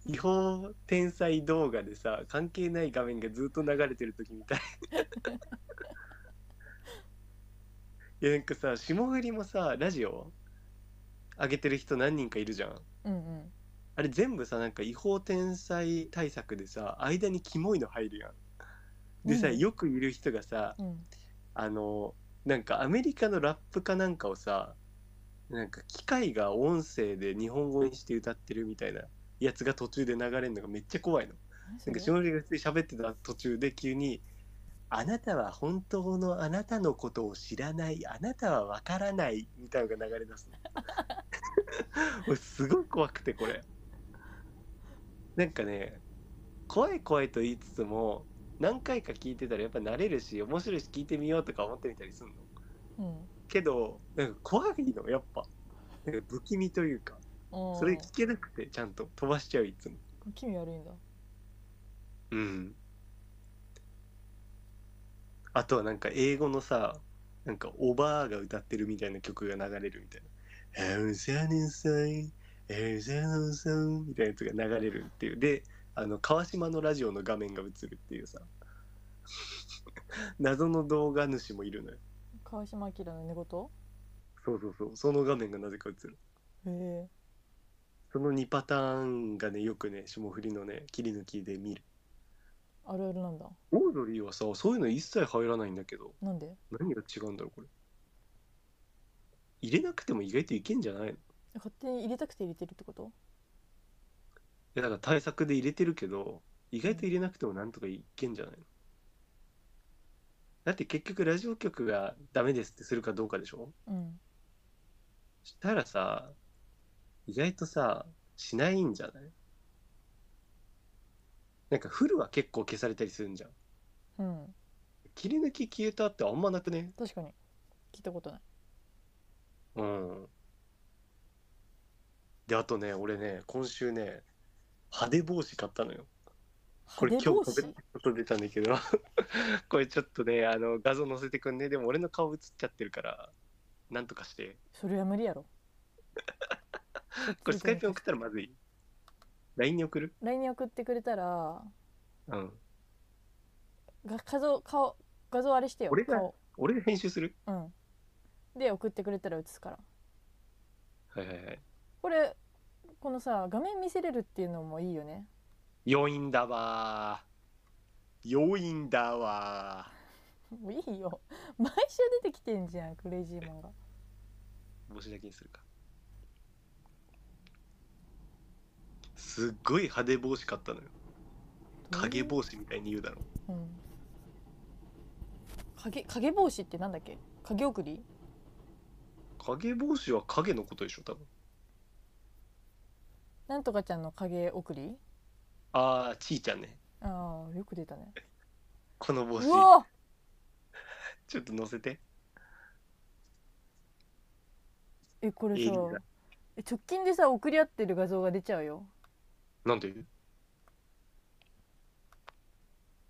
違法天才動画でさ関係ない画面がずっと流れてる時みたい いやなんかさ霜降りもさラジオ上げてる人何人かいるじゃんうんうんあれ全部さなんか違法天才対策でさ間にキモいの入るやんでさ、うんよくいる人がさうんあのなんかアメリカのラップかなんかをさなんか機械が音声で日本語にして歌ってるみたいなやつが途中で流れるのがめっちゃ怖いの。なんか下地が普通に喋ってた途中で急に「あなたは本当のあなたのことを知らないあなたはわからない」みたいなのが流れ出すの。 俺すごい怖くてこれ。なんかね怖い怖いと言いつつも何回か聞いてたらやっぱ慣れるし面白いし聞いてみようとか思ってみたりするの。うんけどなんか怖いのやっぱ。なんか不気味というかそそれ聞けなくてちゃんと飛ばしちゃういつも。気味悪いんだうん。あとはなんか英語のさ、なんかおばあが歌ってるみたいな曲が流れるみたいな。How s a d s i How s a d s i みたいなやつが流れるっていう。で、あの、川島のラジオの画面が映るっていうさ。謎の動画主もいるのよ。川島明の寝言そうそうそう。その画面がなぜか映る。へえその2パターンがね、よくね、霜降りのね、切り抜きで見る。あるあるなんだオードリーはさ、そういうの一切入らないんだけど。なんで何が違うんだろうこれ入れなくても意外といけんじゃないのい勝手に入れたくて入れてるってことやだから対策で入れてるけど意外と入れなくてもなんとかいけんじゃないのだって結局ラジオ局がダメですってするかどうかでしょうんしたらさ意外とさしないんじゃないなんかフルは結構消されたりするんじゃうんん切り抜き消えたってあんまなくね確かに聞いたことないうん。で、あとね、俺ね、今週ね、派手帽子買ったのよ。これ派手今帽日子食べ外出たんだけど、 これちょっとね、あの、画像載せてくんね。でも俺の顔映っちゃってるから、なんとかして。それは無理や ろこれスカイプにく送ったらまずい。LINE に送る LINE に送ってくれたらうん。が画像顔画像あれしてよ俺が顔俺が編集するうんで送ってくれたら映すからはいはいはい。これこのさ画面見せれるっていうのもいいよね 要因だわー。要因だわもういいよ毎週出てきてんじゃんクレイジーマンがー。帽子だけにするか。すっごい派手帽子買ったのよ。影帽子みたいに言うだろうん影影帽子ってなんだっけ影送り影帽子は影のことでしょ多分なんとかちゃんの影送りああちーちゃんねああよく出たねこの帽う子わちょっと乗せてえこれいいさんだえ直近でさ送り合ってる画像が出ちゃうよなんで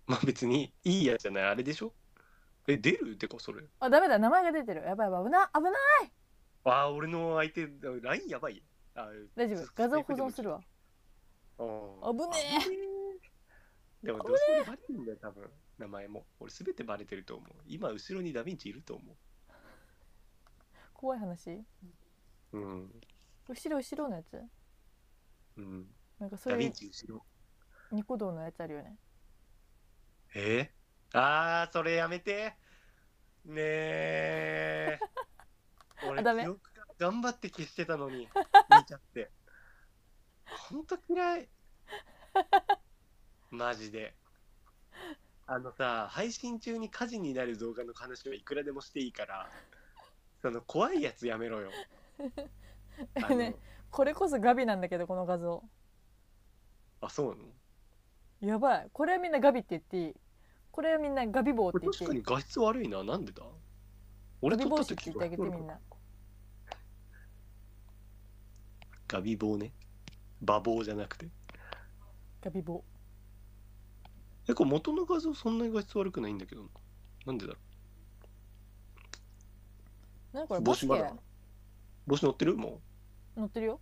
まあ別にいいやつじゃないあれでしょえ出るってかそれあダメだ名前が出てるやばいやばい危な危ないああ俺の相手 LINE やばいあー大丈夫画像保存するわあー危ねえ危ねえでもどうしてもバレるんだよ多分名前も俺全てバレてると思う今後ろにダヴィンチいると思怖い話ううん後ろ後ろのやつうんなんかそダヴィれンチ後ろニコ動のやつあるよねえー、あーそれやめてね え俺あダメ記憶が頑張って消して たのに見ちゃってほんと嫌 いマジであのさ配信中に火事になる動画の話はいくらでもしていいからその怖いやつや めろよあのねこれこそガビなんだけどこの画像あそうなのやばいこれはみんなガビって言っていいこれはみんなガビ棒っこて言れって確いかいに画質悪いななんでだガ俺ビ撮っ帽た子って時言ってあげてみんなガビ棒ね馬棒じゃなくてガビ棒えこれ元の画像そんなに画質悪くないんだけどななんでだろ何これ帽バ子スまケだ帽子乗ってるも乗ってるよ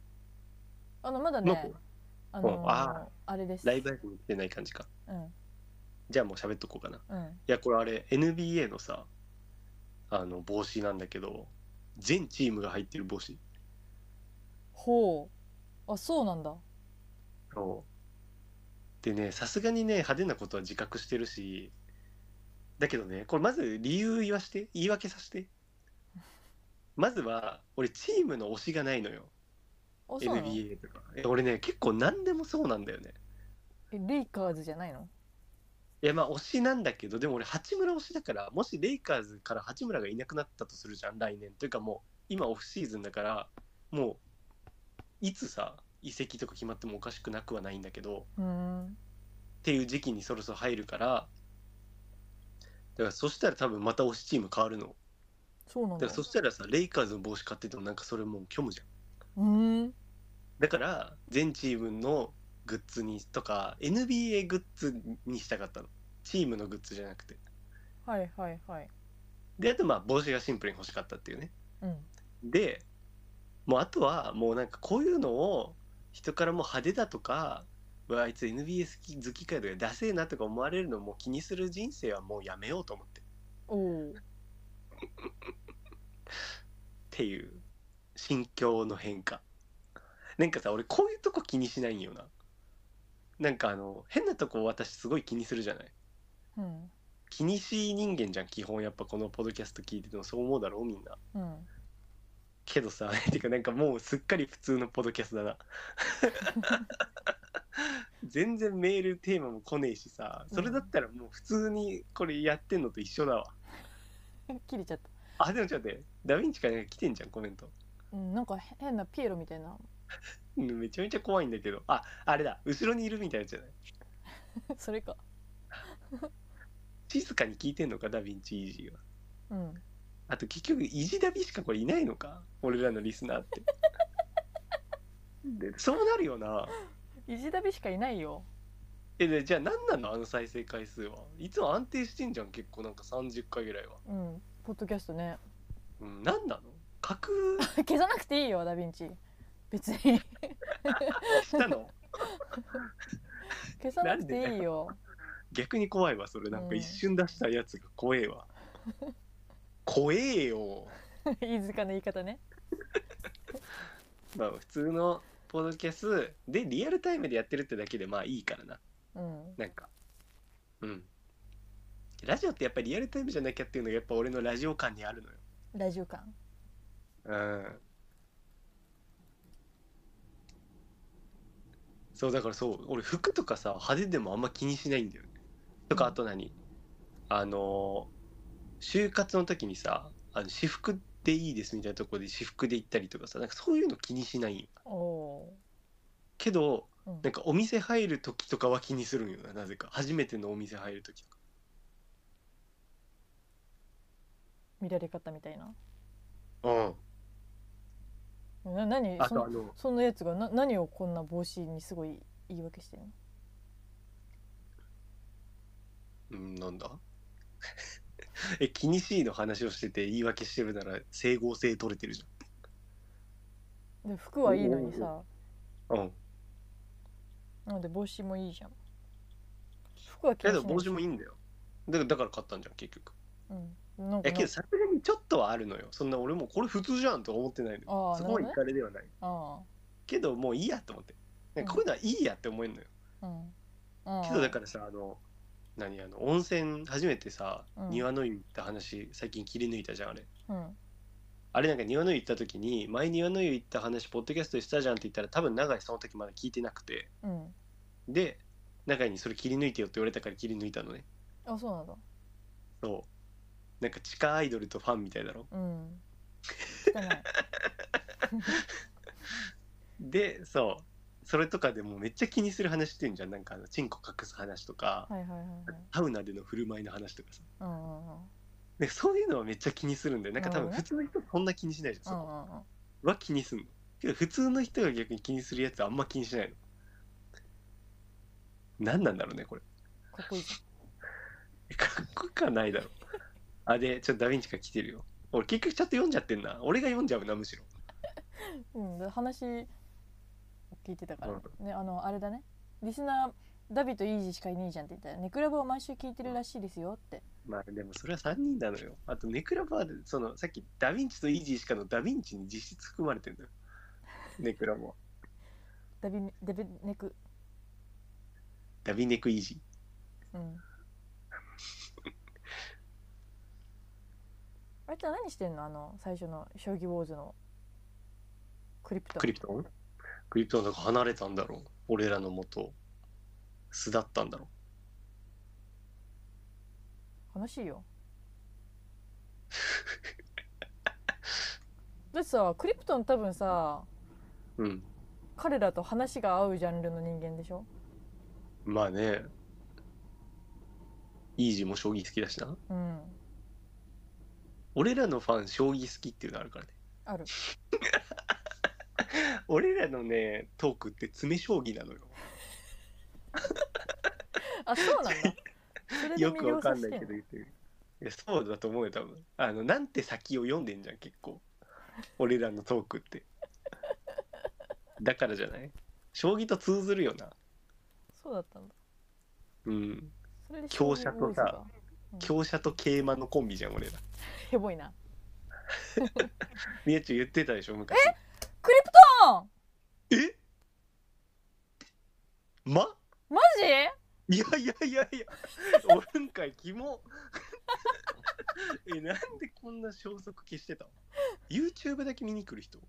あのまだう、なんねかあのうんああれですライブ配信に来てない感じかうんじゃあもう喋っとこうかないうんやこれあれ NBA のさあの帽子なんだけど全チームが入ってる帽子ほうあそうなんだそうでねさすがにね派手なことは自覚してるしだけどねこれまず理由言わして言い訳させてまずは俺チームの推しがないのよあそうなの NBA とかえ俺ね結構何でもそうなんだよねえレイカーズじゃないのいやまあ推しなんだけどでも俺八村推しだからもしレイカーズから八村がいなくなったとするじゃん来年というかもう今オフシーズンだからもういつさ移籍とか決まってもおかしくなくはないんだけどうーんっていう時期にそろそろ入るからだからそしたら多分また推しチーム変わるのそうなんだだからそしたらさレイカーズの帽子買っててもなんかそれもう虚無じゃんうーんだから全チームのグッズにとか NBA グッズにしたかったのチームのグッズじゃなくてはいはいはいであとまあ帽子がシンプルに欲しかったっていうねうんでもうあとはもうなんかこういうのを人からもう派手だとかうわあいつ NBA 好き好きかよとかダセえなとか思われるのも気にする人生はもうやめようと思ってっおおていう心境の変化なんかさ俺こういうとこ気にしないんよななんかあの変なとこ私すごい気にするじゃないうん気にしい人間じゃん基本やっぱこのポッドキャスト聞いててもそう思うだろうみんなうんけどさ てかなんかもうすっかり普通のポッドキャストだな全然メールテーマも来ねえしさそれだったらもう普通にこれやってんのと一緒だわ、切れちゃったあでもちょっと待ってダヴィンチから来てんじゃんコメントうんなんか変なピエロみたいな うんめちゃめちゃ怖いんだけどああれだ後ろにいるみたいなやつじゃないそれか静かに聞いてんのかダヴィンチイージーはうんあと結局イジダビしかこれいないのか俺らのリスナーってでそうなるよなイジダビしかいないよえでじゃあ何なのあの再生回数はいつも安定してんじゃん結構なんか30回ぐらいは、うんポッドキャストねうん、何なの架空 消さなくていいよダヴィンチ別にしたの 消さなくていいよ逆に怖いわそれなんかうん一瞬出したやつが怖えわ、怖えよ飯塚 の言い方ねまあ普通のポッドキャストでリアルタイムでやってるってだけでまあいいからなうんなんかうんラジオってやっぱりリアルタイムじゃなきゃっていうのがやっぱ俺のラジオ感にあるのよラジオ感うんそうだからそう俺服とかさ派手でもあんま気にしないんだよねとかうんあと何、あのー就活の時にさあの私服でいいですみたいなところで私服で行ったりとかさなんかそういうの気にしないんよおおけどー、うんなんかお店入る時とかは気にするんよななぜか初めてのお店入る時とか見られ方みたいなうんな何あそとあののそのやつがな何をこんな帽子にすごい言い訳してんのうんなんだ え気にしいの話をしてて言い訳してるなら整合性取れてるじゃんで服はいいのにおさうん。なんで帽子もいいじゃん服は気けにしなどい帽子もいいんだよ。だからだから買ったんじゃん結局。うんなんいかやけどさすがにちょっとはあるのよ。そんな俺もこれ普通じゃんとは思ってないのよ。ああそなこるまほどでいねかれではない。あけどもういいやと思って。なんかこういうのはいいやって思えるのよ。あうんあけどだからさあの何あの温泉初めてさうん庭の湯行った話最近切り抜いたじゃんあれ。らうんあれなんか庭の湯行った時に前庭の湯行った話ポッドキャストでしたじゃんって言ったら多分永井その時まだ聞いてなくてうんで永井にそれ切り抜いてよって言われたから切り抜いたのね。あそうなんだそうなんか地下アイドルとファンみたいだろ。うん聞かないでそうそれとかでもめっちゃ気にする話してんじゃんなんかあのチンコ隠す話とか、はいはいはいはいサウナでの振る舞いの話とかさうんうんうんでそういうのはめっちゃ気にするんだよなんか多分な普る通の人そんな気にしないじゃうん、そんこうんうんは気にすんのけど普通の人が逆に気にするやつはあんま気にしないの何なんだろうねこれかっこいいじかっこよくはないだろうあでちょっとダヴィンチから来てるよ俺結局ちゃんと読んじゃってんな俺が読んじゃうなむしろうん、で話聞いてたから、ねあのあれだねリスナーダビとイージーしかいねえじゃんって言ったら「ネクラブを毎週聞いてるらしいですよ」ってまあでもそれは3人なのよあとネクラバーでそのさっきダヴィンチとイージーしかのダヴィンチに実質含まれてるのよネクラもダビダビネクダヴィネクイージーうんあいつは何してんのあの最初の「将棋ウォーズ」のクリプトンクリプトンクリプトンだから離れたんだろう俺らの元を巣だったんだろ悲しいよ だってさクリプトン多分さううん彼らと話が合うジャンルの人間でしょまあねイージーも将棋好きだしなうん俺らのファン将棋好きっていうのあるからねある 俺らのねトークって詰将棋なのよあそうな んだそれでよく魅わ了かさんせないてけどんの言ってるいやそうだと思うよ多分あのなんて先を読んでんじゃん結 構俺らのトークってだからじゃない将棋と通ずるよなそうだったんだうんそれで強者とさ将棋ウォーズが強者と桂馬のコンビじゃん俺らヘボいなみやちゅ言ってたでしょ昔クリプトンえまマジいやいやいやいやおるんかいキモ えなんでこんな消息消してたの YouTube だけ見に来る人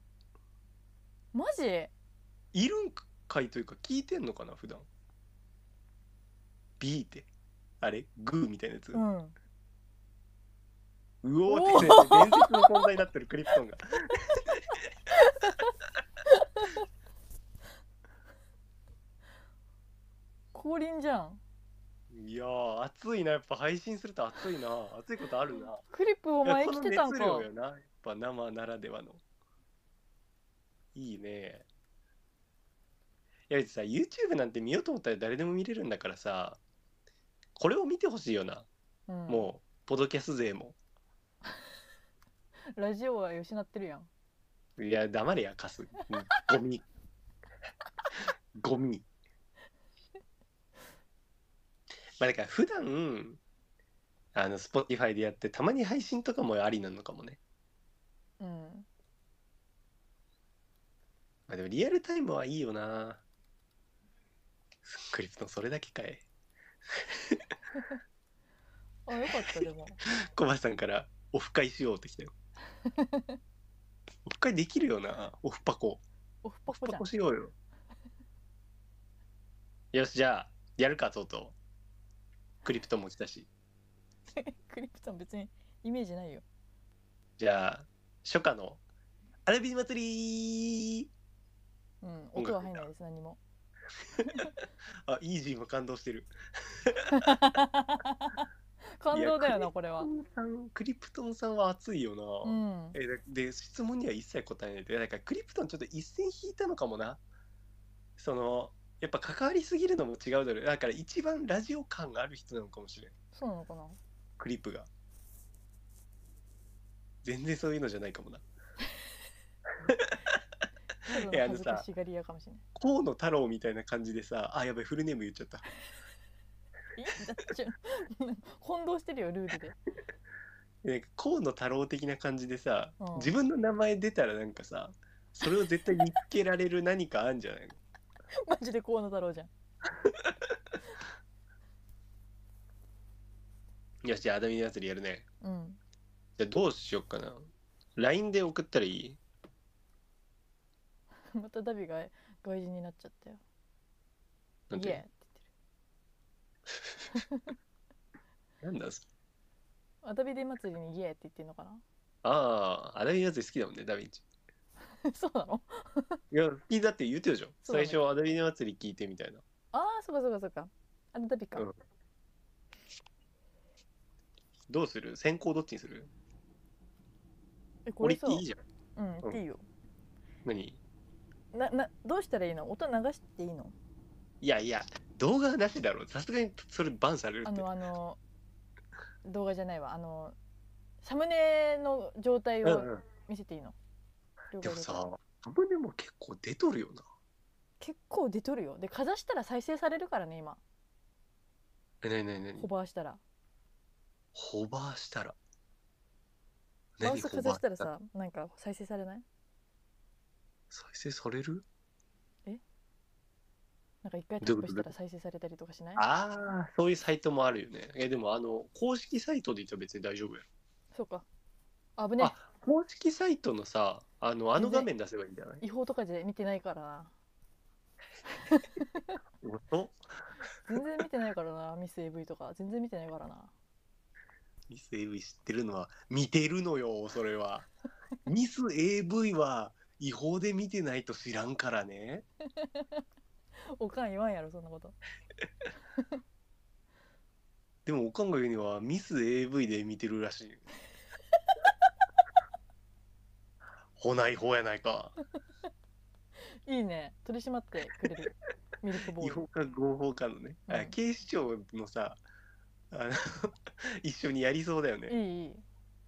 マジいるんかいというか聞いてんのかな普段 B ってあれグーみたいなやつ、ううんおーおってーね伝説の存在になってるクリプトンが降臨じゃんいやー熱いなやっぱ配信すると熱いな熱いことあるなクリプ お前いや来てたんこのか熱量よなやっぱ生ならではのいいねいや別にさ YouTube なんて見ようと思ったら誰でも見れるんだからさこれを見てほしいよな、うんもうポドキャス勢もラジオは養ってるやんいや黙れやカスゴミゴミまあだから普段あの Spotify でやってたまに配信とかもありなのかもねうんまあでもリアルタイムはいいよな。クリプトンそれだけかい。あよかったで もコバさんからオフ会しようってきたよ。オフ会できるよな。オフパコ。オフパオフコパじゃんコしようよ。 よし、じゃあ、やるか、とうとう。クリプトンも来たし。 クリプトン別にイメージないよじゃあ、初夏のアラビー祭りうん音音楽は入んないです何もあ、イージーも感動してる。感動だよいなやこれはクリプトンさんクリプトンさんは熱いよな。うんえだで質問には一切答えないでだからクリプトンちょっと一線引いたのかもなそのやっぱ関わりすぎるのも違うだろうだから一番ラジオ感がある人なのかもしれんそうなのかなクリップが全然そういうのじゃないかもなただのいやあの恥さずかしがり屋かもしれない河野太郎みたいな感じでさあやべフルネーム言っちゃったいいだって ちょ混同してるよルールで でなんか河野太郎的な感じでさ、うん自分の名前出たらなんかさそれを絶対見つけられる何かあんじゃないのマジで河野太郎じゃん よしじゃあアダミの祭りやるねうんじゃあどうしよっかな LINE で送ったらいいまたダビが外人になっちゃったよイエなーんってて言ってるいうのなんだそれあダビデ祭りにイエーって言ってんのかな ああ、アダビのやつ好きだもんね、ダヴィンチ。そうなのいや、好きだって言ってたじゃん。そうだ最ね初、アダビの祭り聞いてみたいな。ああそうかそうかそうかあのダビか、うんどうする先行どっちにするえこ俺れっさていいじゃん。うん言っていいよ何ななどうしたらいいの音流していいのいやいや、動画はなしだろ。さすがにそれバンされるあっての。あの動画じゃないわあのサムネの状態うんをうん、見せていいの、了で解了も解さサムネも結構出とるよな結構出とるよでかざしたら再生されるからね今えなになになにホバーしたらホバーしたらマウスかざしたらホバーさなんか再生されない再生されるなんか一回タどういッうプことしたら再生されたりとかしないああそういうサイトもあるよねえでもあの公式サイトで言ったら別に大丈夫やろそうか危ねあ公式サイトのさあのあの画面出せばいいんじゃない違法とかで見てないからなお全然見てないからな ミス AV とか全然見てないからなミス AV 知ってるのは見てるのよそ れはミス AV は違法で見てないと知らんからねおかん言わんやろそんなことでもおかんが言うにはミス AV で見てるら しいほない方やないかいいね取り締まってくれるミルクボ違ール法か合法かのね、あうん警視庁のさあの 一緒にやりそうだよねいいいい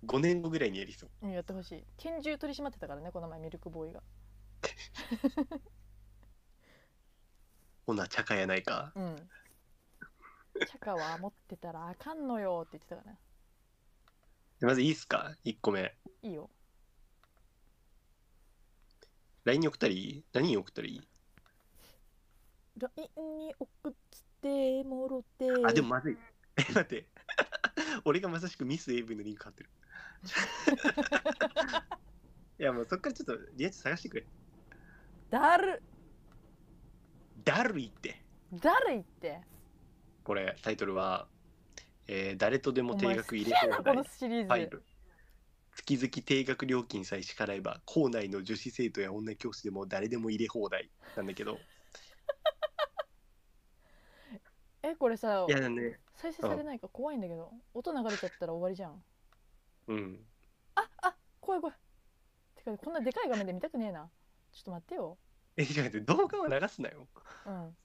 5年後ぐらいにやりそううんやってほしい拳銃取り締まってたからねこの前ミルクボーイがほな茶化やないかうんチャカは持ってたらあかんのよって言ってたからねまずいいっすか1個目いいよ LINE に送ったらいい何に送ったらいい LINE に送ってもろてあ、でもまずい。え、待って。 俺がまさしくミス AV のリンク貼っ てる。いや、もうそっからちょっとリアチ探してくれ。だるだるいって。だるいってこれ、タイトルは、えー誰とでも定額入れお前好きや放なこ題のシリファイーズル。月々定額料金さえ支払えば、校内の女子生徒や女教師でも誰でも入れ放題なんだけど。えこれさいやね、再生されないか怖いんだけど音流れちゃったら終わりじゃんうん。怖い怖いてかこんなでかい画面で見たくねえなちょっと待ってよえ、ちょっと待って、動画は流すなよ。うん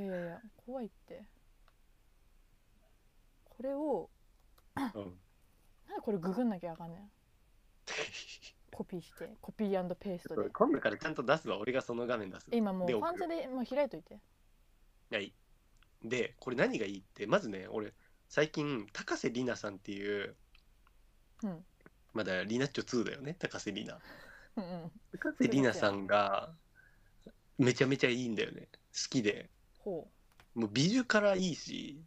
いやいやいや怖いってこれをうん。なんでこれググんなきゃあかんねんコピーしてコピーペーストで今度からちゃんと出すわ。俺がその画面出すわ。今もうでフ送るァンザでもう開いといてはい。で、これ何がいいって、まずね、俺、最近、高瀬里奈さんっていう、うんまだリナッチョ2だよね、高瀬里奈。うんうん高瀬里奈さんが、めちゃめちゃいいんだよね。好きで。ほもう美女からいいし、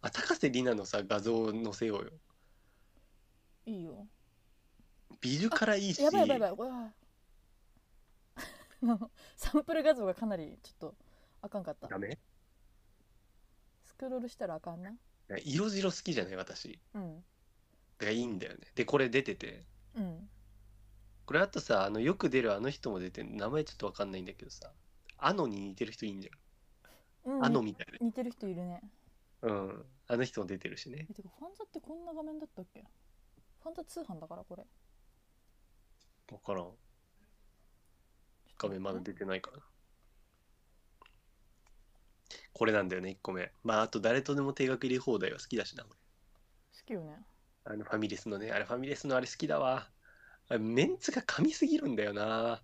あ、高瀬里奈のさ、画像を載せようよ。ういいよ美女からいいし、やばいやばいやばいうわー サンプル画像がかなりちょっとあかんかったダメスクロールしたらあかんな色白好きじゃない、私。うんだからいいんだよね。で、これ出てて。うんこれあとさ、あの、よく出るあの人も出てん名前ちょっとわかんないんだけどさ、あのに似てる人いいんじうゃんん。あのみたいな。似てる人いるねうん。あの人も出てるしね。えてかファンザってこんな画面だったっけファンザ通販だからこれわからん。画面まだ出てないからな。これなんだよね、1個目。まあ、あと誰とでも定額入れ放題は好きだしな、俺好きよねあのファミレスのね、あれファミレスのあれ好きだわ。あれメンツが噛みすぎるんだよな、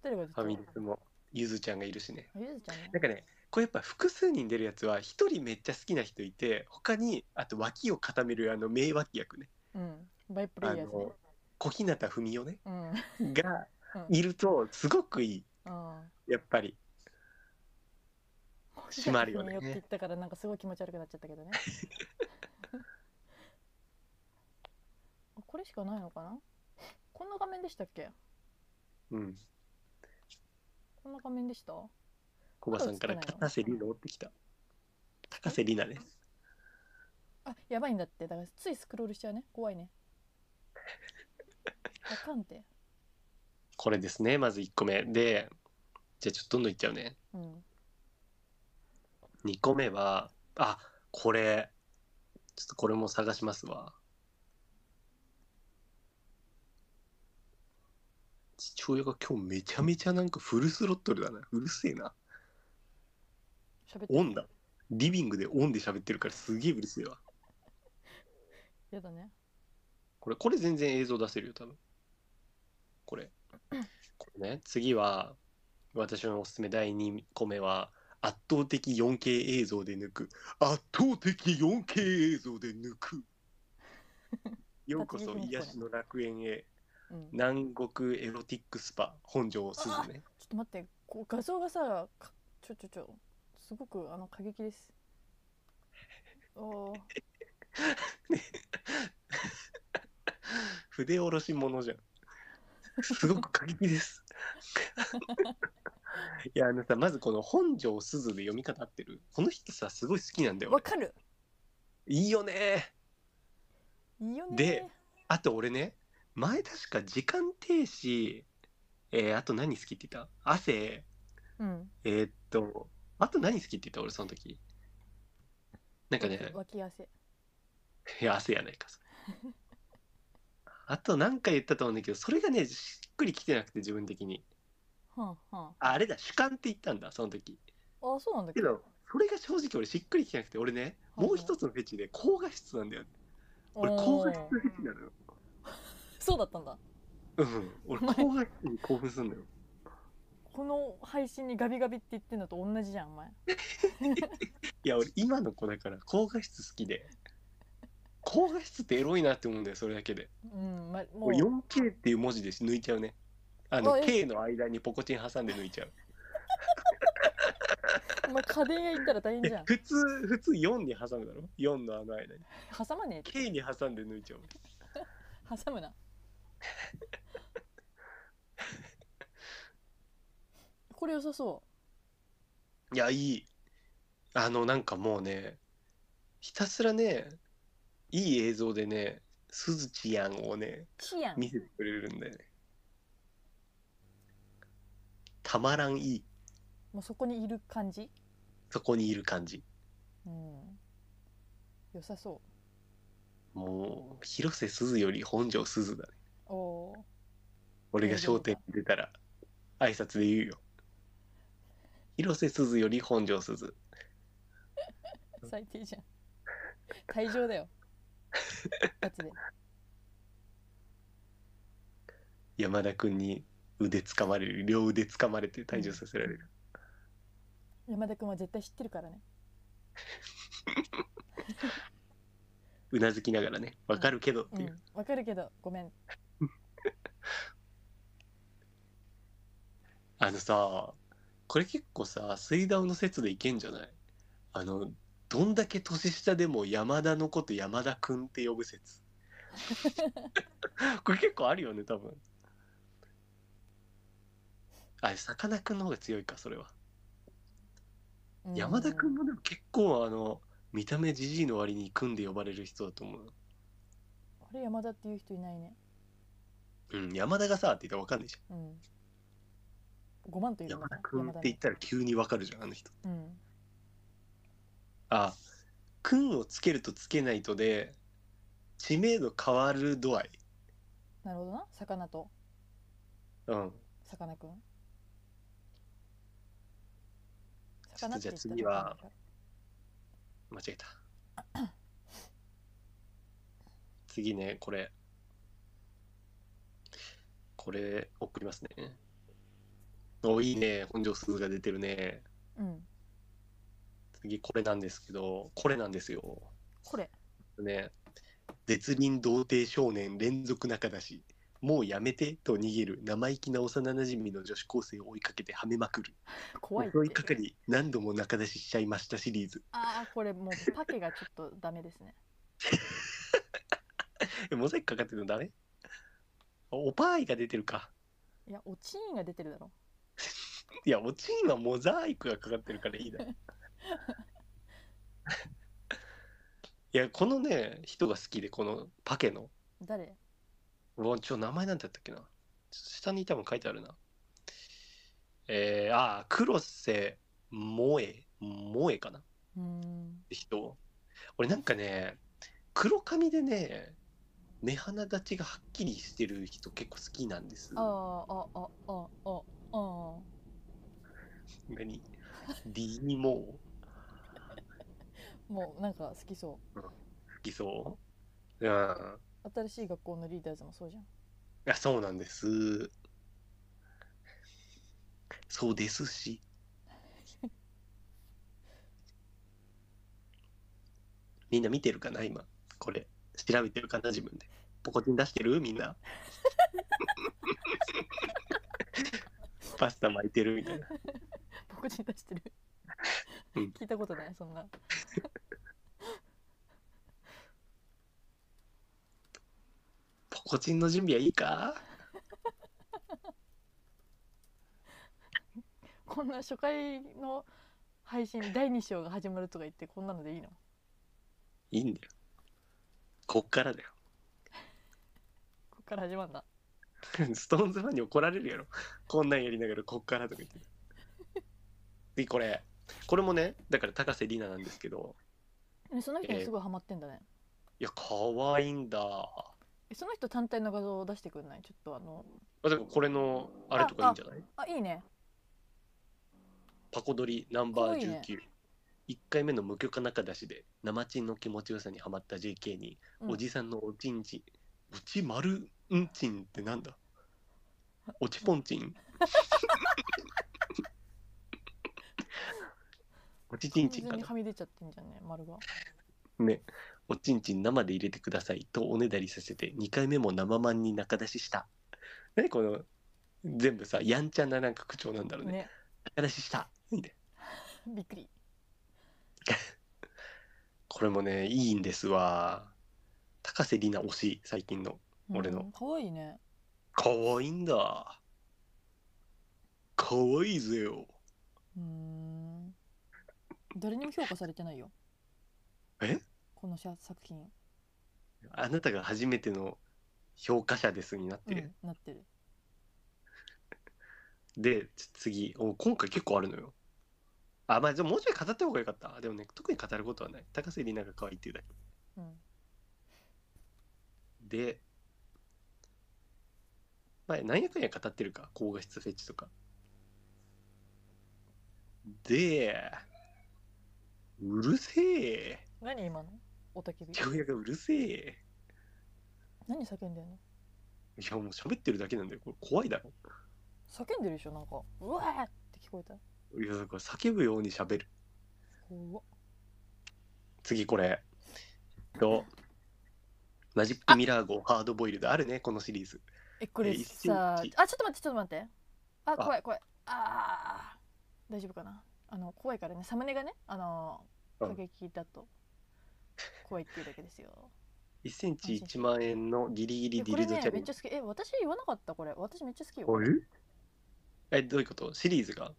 誰が出フてァるミレスも。ゆずちゃんがいるしね。あゆずちゃんねなんかね、これやっぱ複数人出るやつは、1人めっちゃ好きな人いて、他に、あと脇を固めるあの名脇役ね。うんバイプレあイヤーズねの、小日向文世ね。うんが、いると、すごくいい。うんやっぱり。閉まるよね寄っていったからなんかすごい気持ち悪くなっちゃったけどねあこれしかないのかなこんな画面でしたっけうん。こんな画面でしたコバさんからまだ映ってないの高瀬里奈追ってきた。高瀬里奈です。あやばいんだってだからついスクロールしちゃうね怖いねあかんてこれですね、まず1個目。で、じゃあちょっとどんどんいっちゃうね。うん2個目は、あ、これ、ちょっとこれも探しますわ。父親が今日めちゃめちゃなんかフルスロットルだな。うるせえな。喋ってオンだ。リビングでオンで喋ってるからすげえうるせえわ。やだねこれ、これ全然映像出せるよ、多分。これ。これね、次は、私のおすすめ第2個目は、圧倒的 4K 映像で抜く。圧倒的 4K 映像で抜く。ようこそ癒しの楽園へ、うんちょ南国エロティックスパ、本庄すずね。っと待ってこう画像がさかちょちょちょすごくあの過激ですおー筆下ろし者じゃん。すごく過激です。 いや、あのさ、まずこの本庄すずで読み方合ってる。この人さ、すごい好きなんだよわ俺。かるいいよねいいよねであと俺ね、前確か時間停止、えー、あと何好きって言った汗、うんえーっと、あと何好きって言った俺その時。なんかね、脇汗いや、汗やないか、それあと何か言ったと思うんだけど、それがね、しっくりきてなくて自分的に。はあはあ、あれだ、主観って言ったんだ、その時。ああそうなんだけけどど、それが正直俺しっくりきてなくて、俺ね、はいはいもう一つのフェチで高画質なんだよ。俺高画質フェチなのよ。そうだったんだうん、俺高画質に興奮するん だよ。この配信にガビガビって言ってんのと同じじゃんお前いや俺今の子だから高画質好きで高画質ってエロいなって思うんだよそれだけでうん、ま、ももうう 4K っていう文字で抜いちゃうねあのあえ K の間にポコチン挟んで抜いちゃうお前家電屋行ったら大変えじゃん普通普通4に挟むだろ4のあの間に挟まねえ K に挟んで抜いちゃう挟 むなこれ良さそいやいいあのなんかもうねひたすらねいい映像でねすずちやんをねうチやん見せてくれるんだよねたまらんいいもうそこにいる感じそこにいる感じうん良さそもう広瀬すずより本庄すずだねうおー俺が『笑点』に出たら挨拶で言うよ広瀬すずより本庄すず最低じゃん退場だ よガチで山田君に腕つかまれる両腕つかまれて退場させられる、山田君は絶対知ってるからねうなずきながらねわかるけどっうていう、んわかるけどごめんあのさこれ結構さ水道の説でいけんじゃないあのどんだけ年下でも山田のこと山田君って呼ぶ 説これ結構あるよね多分あさかなクンの方が強いかそれはうん山田君もでも結構あの見た目じじいの割に組んで呼ばれる人だと思うあれ山田っていう人いないねうん山田がさって言ったら分かんないじうん5万とゃいんうの山か田な君っ山田て言っねたら急に分かるじゃんあの人うんあ君をつけるとつけないとで知名度変わる度合いなるほどな魚とうんさかなクンちょっとじゃあ次は間違えた次ねこれこれ送りますねおいいね本庄すずが出てるねうん次これなんですけどこれなんですよこれね絶倫童貞少年連続仲出しもうやめてと逃げる生意気な幼なじみの女子高生を追いかけてはめまくる怖いって襲いかかり何度も仲出ししちゃいましたシリーズああこれもうパケがちょっとダメですねえモザイクかかってるのダメおおパーイが出てるかいやおチーンが出てるだろいやおちんはモザイクがかかってるからい いだろいやこのね人が好きでこのパケの誰うわちょ名前なんてやったっけなちょっと下に多分書いてあるなえー、ああ黒瀬萌え萌えかなっうーんて人俺なんかね黒髪でね目鼻立ちがはっきりしてる人結構好きなんですあーああああああ何 D ももうなんか好きそ好きそううんあ新しい学校のリーダーズもそうじゃんそうなんですそうですし みんな見てるかな今これ調べてるかな自分でポコチン出してるみん なパスタ巻いてるみたいな僕に出してるうん聞いたことないそんなポコチンの準備はいいかこんな初回の配信第2章が始まるとか言ってこんなのでいいのいいんだよこっからだよこっから始まんだ ストーンズファンに怒られるやろこんなんやりながらこっからとか言って次これこれもねだから高瀬里奈なんですけどえその人えにえすごいハマってんだね、いや可愛いんだあえその人単体の画像を出してくんないちょっとあのでもこれのあれとかいいんじゃないあいいねパコドリナンバーすごいね19、1回目の無許可中出しで生チンの気持ちよさにはまった JK に、うんおじさんのおちんちんおちまるんちんってなんだおちぽん ちんおちちんちん完全かになはみ出ちゃってんじゃんね丸がねおちんちん生で入れてくださいとおねだりさせて2回目も生まんに仲出しした何この全部さやんちゃななんか口調なんだろうねね仲出ししたみたいなびっくりこれもねいいんですわ高瀬里奈推し最近の俺のうん可愛いね可愛いんだ可愛いぜようーん誰にも評価されてないよえこの作品、あなたが初めての評価者ですになっうてるん、なってるでつ次お今回結構あるのよあまあじゃあもうちょい語った方がよかったでもね特に語ることはない高瀬里奈が可愛いっていうだけうんで前何やかんや語ってるか高画質フェチとかでうるせえ何今のおたけび父親がうるせえ何叫んでんのいやもう喋ってるだけなんだよこれ怖いだろ叫んでるでしょなんかうわーって聞こえたいやだから叫ぶように喋る怖っ次これえっとマジックミラー号ハードボイルドあるねこのシリーズえこれえさあ一ち日ょっと待ってちょっと待ってあ怖い怖いあー大丈夫かなあの怖いからねサムネがねあのうん過激だと怖いっていうだけですよ1センチ1万円のギリギい リやデこィれルドチねャレめっンちジゃ好きえ私言わなかったこれ私めっちゃ好きよあれえどういうことシリーズが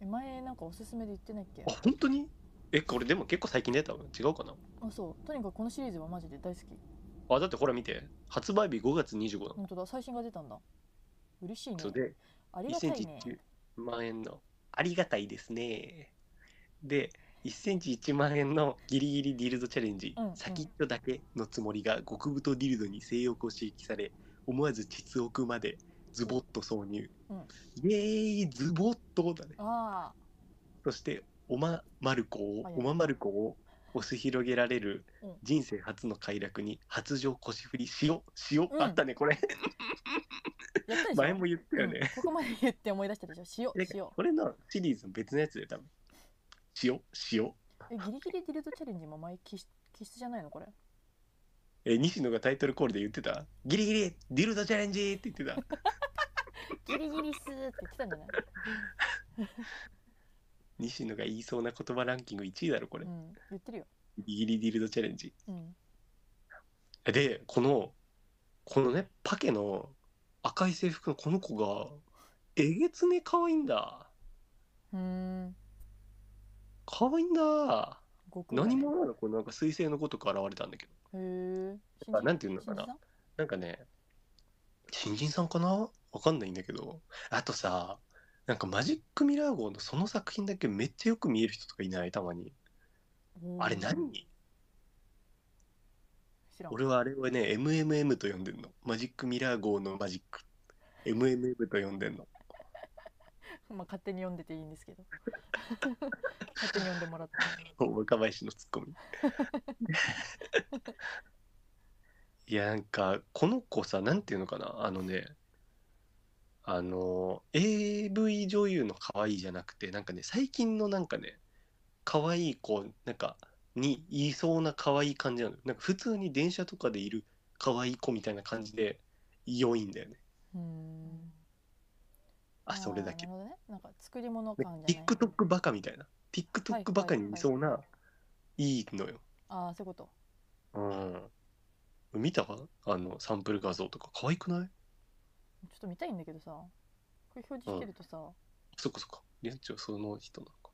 え前なんかおすすめで言ってないっけあ本当にえこれでも結構最近出たの違うかなあそうとにかくこのシリーズはマジで大好きあだってほら見て発売日5月25なの本当だ最新が出たんだ嬉しいねそうであり1がたセンチいね1万円のありがたいですねで1センチ1万円のギリギリディルドチャレンジ、うんうん先っちょだけのつもりが極太ディルドに性欲を刺激され思わず膣奥までズボッと挿入、うんイエーイズボッとだねあそしておままる子をはいおままる子を押し広げられるうん人生初の快楽に発情腰振り塩塩、うんあったねこれあやったでしょ前も言ったようんね、ここまで言って思い出したでしょでしよこれのシリーズの別のやつで多分塩塩うしようえギリギリディルドチャレンジも前気質気質じゃないのこれえ西野がタイトルコールで言ってたギリギリディルドチャレンジって言ってた ギリギリスーって言ってたんじゃない西野が言いそうな言葉ランキング1位だろこれ、うん言ってるよギリギリディルドチャレンジうんでこのこのねパケの赤い制服のこの子がえげつね可愛いんだうーん可愛いんだ極何者なのこれなんか彗星のごとく現れたんだけへどえあなんていうのかななんかね新人さんかなわかんないんだけどあとさなんかマジックミラー号のその作品だけめっちゃよく見える人とかいないたまにあれ何知らん俺はあれをね MMM と呼んでんのマジックミラー号のマジック MMM と呼んでんの まあ勝手に読んでていいんですけど 勝手に読んでもらって若林のツッコミいやなんかこの子さなんていうのかなあのねあの AV 女優の可愛いじゃなくてなんかね最近のなんかね可愛い子なんかに言いそうな可愛い感じなのよなんか普通に電車とかでいる可愛い子みたいな感じで良いんだよねうんあそれだけーなるほどねなんか作り物で感じゃない TikTok バカみたいな TikTok バカにいそうはいなはいいいのよああそういうことうん見たかあのサンプル画像とか可愛くないちょっと見たいんだけどさこれ表示してるとさ、そっかそっかリアンチはその人なのか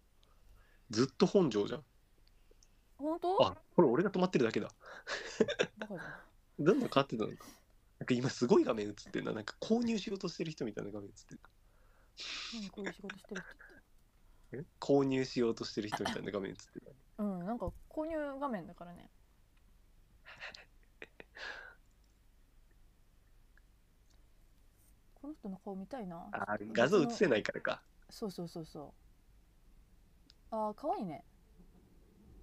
ずっと本庄じゃん本当あこれ俺が止まってるだけだバカじゃんどんどん変わってたのかなんか今すごい画面映ってんななんか購入しようとしてる人みたいな画面映ってる何こういう仕事してる人ってえ購入しようとしてる人みたいな画面映ってるうんなんか購入画面だから ねこの人の顔見たいなあ画像映せないからかそうそうそうそうあー可愛いね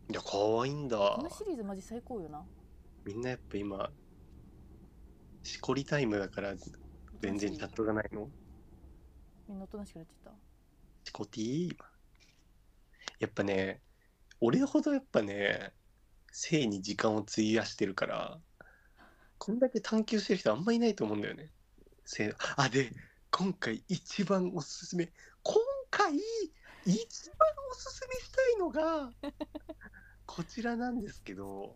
いや可愛いんこだのシリーズマジ最高よなみんなやっぱ今しこりタイムだから全然チャットがないのみんなおとなしくなっちゃっチコティーやっぱね俺ほどやっぱね性に時間を費やしてるからこんだけ探求してる人あんまいないと思うんだよね性あで今回一番おすすめ今回一番おすすめしたいのがこちらなんですけど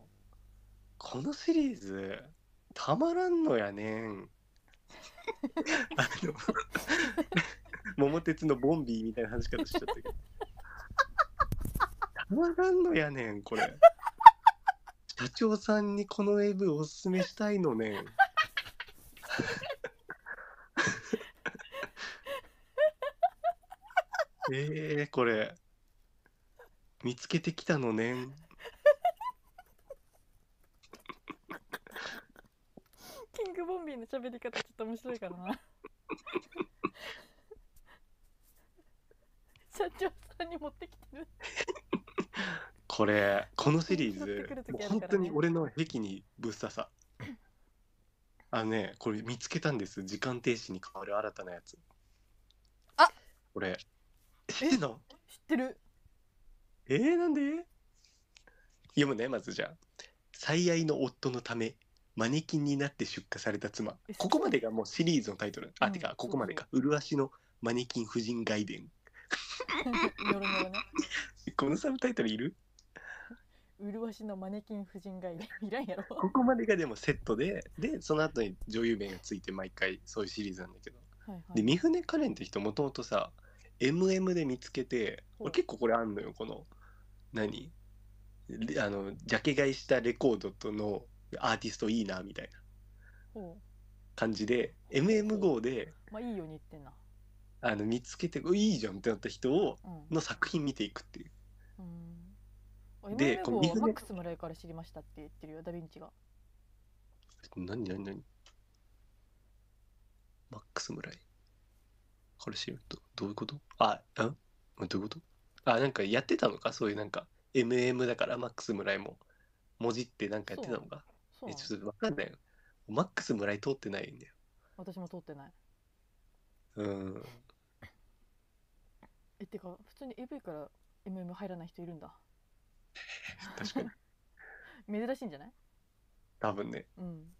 このシリーズたまらんのやねんあの 桃鉄のボンビーみたいな話し方しちゃったけどたまらんのやねんこれ社長さんにこの AV おすすめしたいのねんえー、これ見つけてきたのねんたキングボンビーの喋り方ちょっと面白いからな 社長さんに持ってきてるこれこのシリー乗っズてくる、時もあうる本からね当に俺の癖にぶっ 刺さあのねこれ見つけたんです時間停止に変わる新たなやつあこれ知ってんの知ってる えー、なんで読むねまずじゃあ最愛の夫のためマネキンになって出荷された妻えここまでがもうシリーズのタイトルあ、うんてかここまでか麗しのマネキン婦人外伝ニョロニョロねこのサブタイトルいる麗しのマネキン婦人がいいらんやろここまでがでもセットででその後に女優名がついて毎回そういうシリーズなんだけど、はいはでい三船カレンって人もともとさ MM で見つけてほう俺結構これあんのよこの何レあのジャケ買いしたレコードとのアーティストいいなみたいなほ感じで MM 号でうまあいいように言ってんなあの見つけてういいじゃんってなった人をうんの作品見ていくっていううんでで、ここのの水水ねマックス村井から知りましたって言ってるよ、ダヴィンチが。何何何マックス村井これ知るとどういうことあうんどういうことあなんかやってたのかそういうなんか MM だからマックス村井も文字ってなんかやってたのかそうえなのちょっと分かんないよマックス村井通ってないんだよ私も通ってない。うんえ、てか、普通に AV から MM 入らない人いるんだ。確 かに珍しいんじゃない多分ねうん。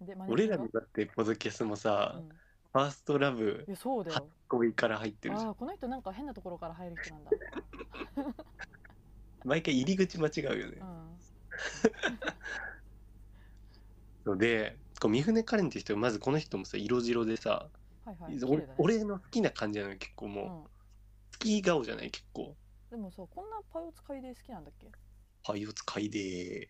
で、マネキ俺ンがらのだってポズキャスもうさ、ん、いファーストラブや、そうだよ。恋から入ってるじゃんああ、この人なんか変なところから入る人なんだ。毎回入り口間違うよねう、ん。そうでこう三船カレンって人まずこの人もさ色白でさ、はいはい。綺麗俺だね俺の好きな感じなのよ結構もう、うん。好き顔じゃない結構でもさ、こんなパイオ使いで好きなんだっけ パイオツ買いで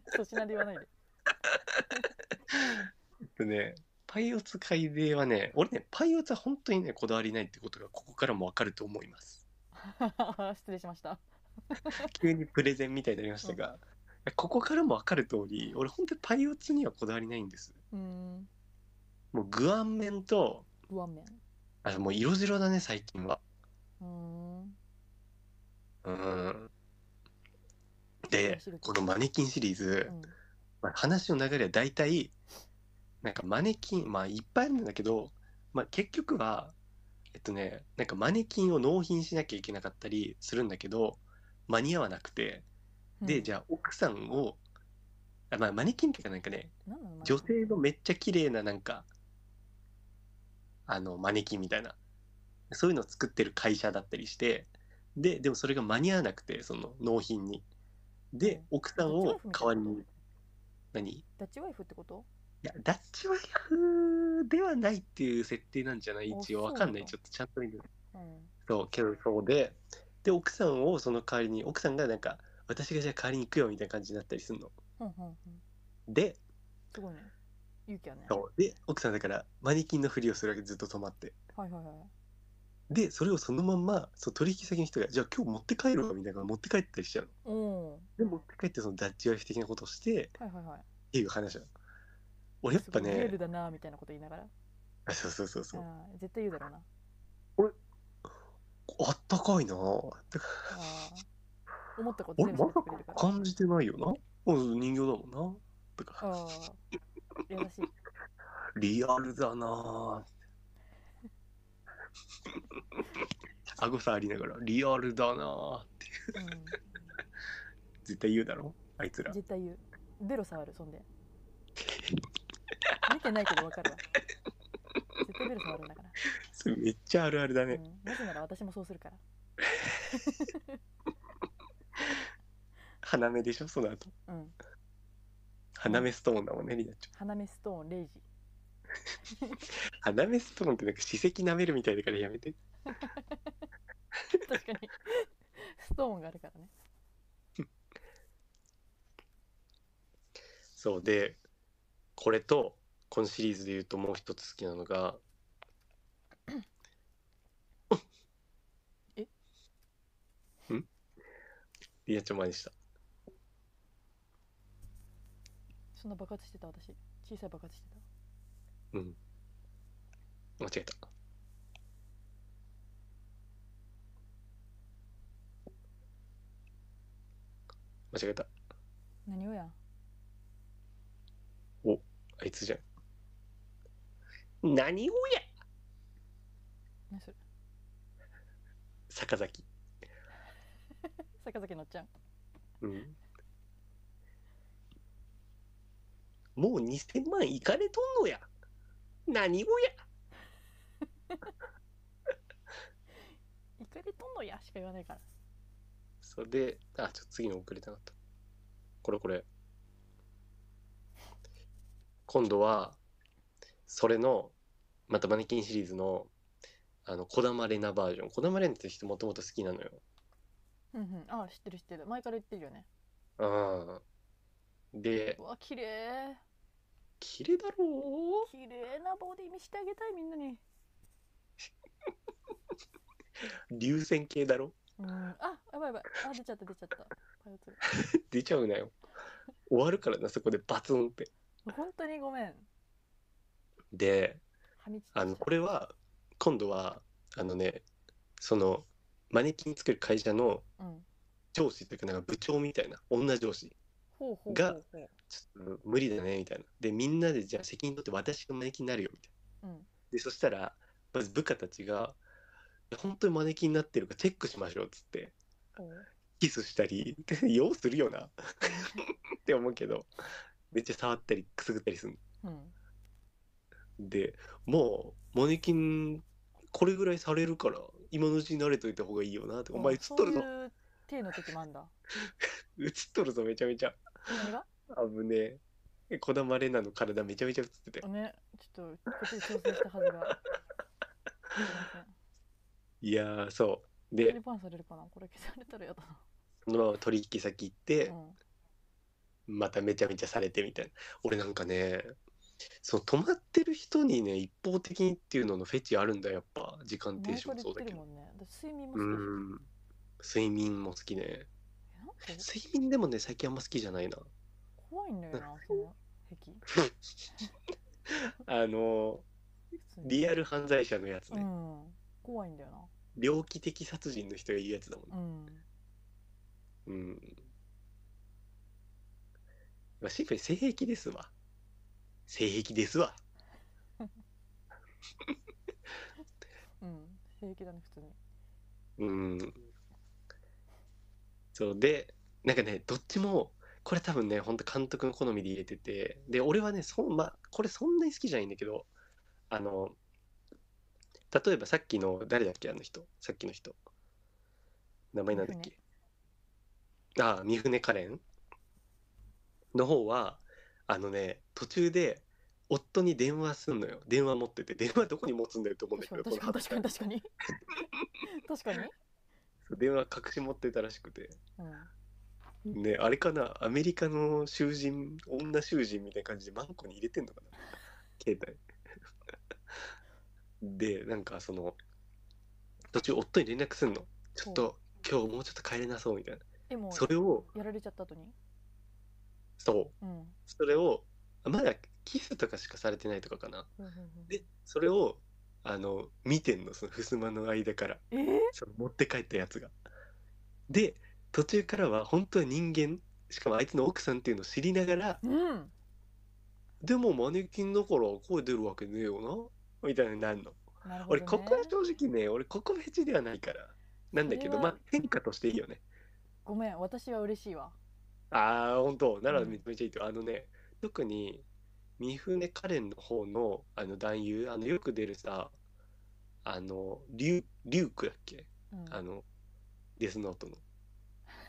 ー粗品で言わないで。 でねパイオツ買いでーはね俺ねパイオツは本当にねこだわりないってことがここからもわかると思います失礼しました。急にプレゼンみたいになりましたが、ここからもわかる通り俺本当にパイオツにはこだわりないんですうん。もうグアン面と不安面。あもう色白だね最近はうーん。うんで知るこのマネキンシリーズ、うんまあ、話の流れは大体なんかマネキンまあいっぱいあるんだけど、まあ、結局はえっとねなんかマネキンを納品しなきゃいけなかったりするんだけど間に合わなくてで、じゃゃあ奥さんをあ、まあ、マネキンっていうかなんかねあ、なんなの女性のめっちゃ綺麗ななんかあのマネキンみたいなそういうのを作ってる会社だったりしてででもそれが間に合わなくてその納品にうでん奥さんを代わりに何いダッチワイフってことやダッチワイフではないっていう設定なんじゃないあ一応そうわなのかんないちょっとちゃんと見てうんそうけどそうでで奥さんをその代わりに奥さんがなんか私がじゃあ代わりに行くよみたいな感じになったりするのほんほんほんですごいね勇気やねそうで奥さんだからマネキンのふりをするわけずっと止まってはいはいはいでそれをそのまんまそう取引先の人がじゃあ今日持って帰るわみたいなの持って帰ったりしちゃうのおおで持って帰ってそのダッチワイフ的なことをしてーはいはいはいっていう話なの俺やっぱすごいリアねルだなみたいなこと言いながらあそうそうそうそうあー絶対言うだろうなあったかいなぁあったかあー思ったこと俺全部言まさってくれるかから感じてないよなうん人形だもんなとかあー優しいリアルだな ぁ顎触りながらリアルだなぁってう絶対言うだろあいつらん、絶対言うベロ触るそんで見てないけどわかるわ絶対ベロ触るんだから、それめっちゃあるあるだうね、ん、なぜなら私もそうするから鼻目でしょその後うん鼻目ストーンだもんねリナちゃん花芽ストーンレイ ジあ、ナメストーンってなんか史跡舐めるみたいだからやめて。確かにストーンがあるからねそうで、これと、このシリーズで言うともう一つ好きなのが、えんリナちゃん前でした。そんな爆発してた私小さい爆発してたうん。間違えた。間違えた。何をやんあいつじゃん。何をや何それ坂崎。坂崎のっちゃんうんもう2000万いかれとんのや何をや「いかれとんのや」しか言わないからそれであちょっと次の遅れてなかったこれこれ今度はそれのまたマネキンシリーズのあの児玉玲奈バージョン児玉玲奈って人もともと好きなのようんうんああ知ってる知ってる前から言ってるよねうんでうわ綺麗綺麗だろう綺麗なボディ見してあげたいみんなに流線形だろうんあやばいやばいあ出ちゃった出ちゃったパイオツ出ちゃうなよ終わるからなそこでバツンって本当にごめんではみちあのこれは今度はあのねそのマネキン作る会社のうん上司というかなんか部長みたいな女上司ほうほうほがうほうちょっと無理だねみたいなでみんなでじゃあ責任取って私がマネキンになるよみたいなうんでそしたらまず部下たちがいや本当にマネキンになってるかチェックしましょうっつってほうキスしたり ようするよなって思うけどめっちゃ触ったりくすぐったりするうんでもうマネキンこれぐらいされるから今のうちに慣れといた方がいいよなとかお前映っとるぞそういう手の時もあんだ映っとるぞめちゃめちゃ何が危ねえ児玉玲奈の体めちゃめちゃ映っててねちょっとこっちで調整したはずがすいませんいやーそうこれででバンされるかなこれ消されたらやだなそのまま取引先行ってうんまためちゃめちゃされてみたいな俺なんかねその泊まってる人にね一方的にっていうののフェチあるんだやっぱ時間停前止からも言っそうてだけるもどんね私睡眠もう好きだしん睡眠も好きねえなんか睡眠でもね最近あんま好きじゃないな怖いんだよなその壁あの普通にリアル犯罪者のやつうね、ん怖いんだよ猟奇的殺人の人が言うやつだもんねなうんうんまあシンプルに性癖ですわ。性癖ですわ。うん性癖だね普通にうん。そうで、なんかね、どっちも、これ多分ね、本当監督の好みで入れてて、で、俺はね、そんまあ、これそんなに好きじゃないんだけど、あの、例えばさっきの、誰だっけ、あの人、さっきの人。名前なんだっけ。ああ、三船カレンの方は、あのね、途中で、夫に電話すんのよ。電話持ってて、電話どこに持つんだよって思うんだけど、確かに確かに確かに確かに そう電話隠し持ってたらしくて。うんねあれかなアメリカの囚人女囚人みたいな感じでマンコに入れてんのかな携帯 でなんかその途中夫に連絡すんのちょっと今日もうちょっと帰れなそうみたいなでもそれをやられちゃった後にそううんうんそれをまだキスとかしかされてないとかかなうんうんでそれをあの見てんのその襖の間からえーその持って帰ったやつが。で途中からは本当は人間しかもあいつの奥さんっていうのを知りながらうんでもマネキンだから声出るわけねえよなみたいになるの。なるほど、俺ね、ここは正直ね俺ここフェチではないからなんだけどそれまはあ変化としていいよね。ごめん私は嬉しいわああ本当ならうんめちゃめちゃいいと、あのね特に三船カレンの方のあの男優あのよく出るさあのリュリュークだっけうんあのデスノートの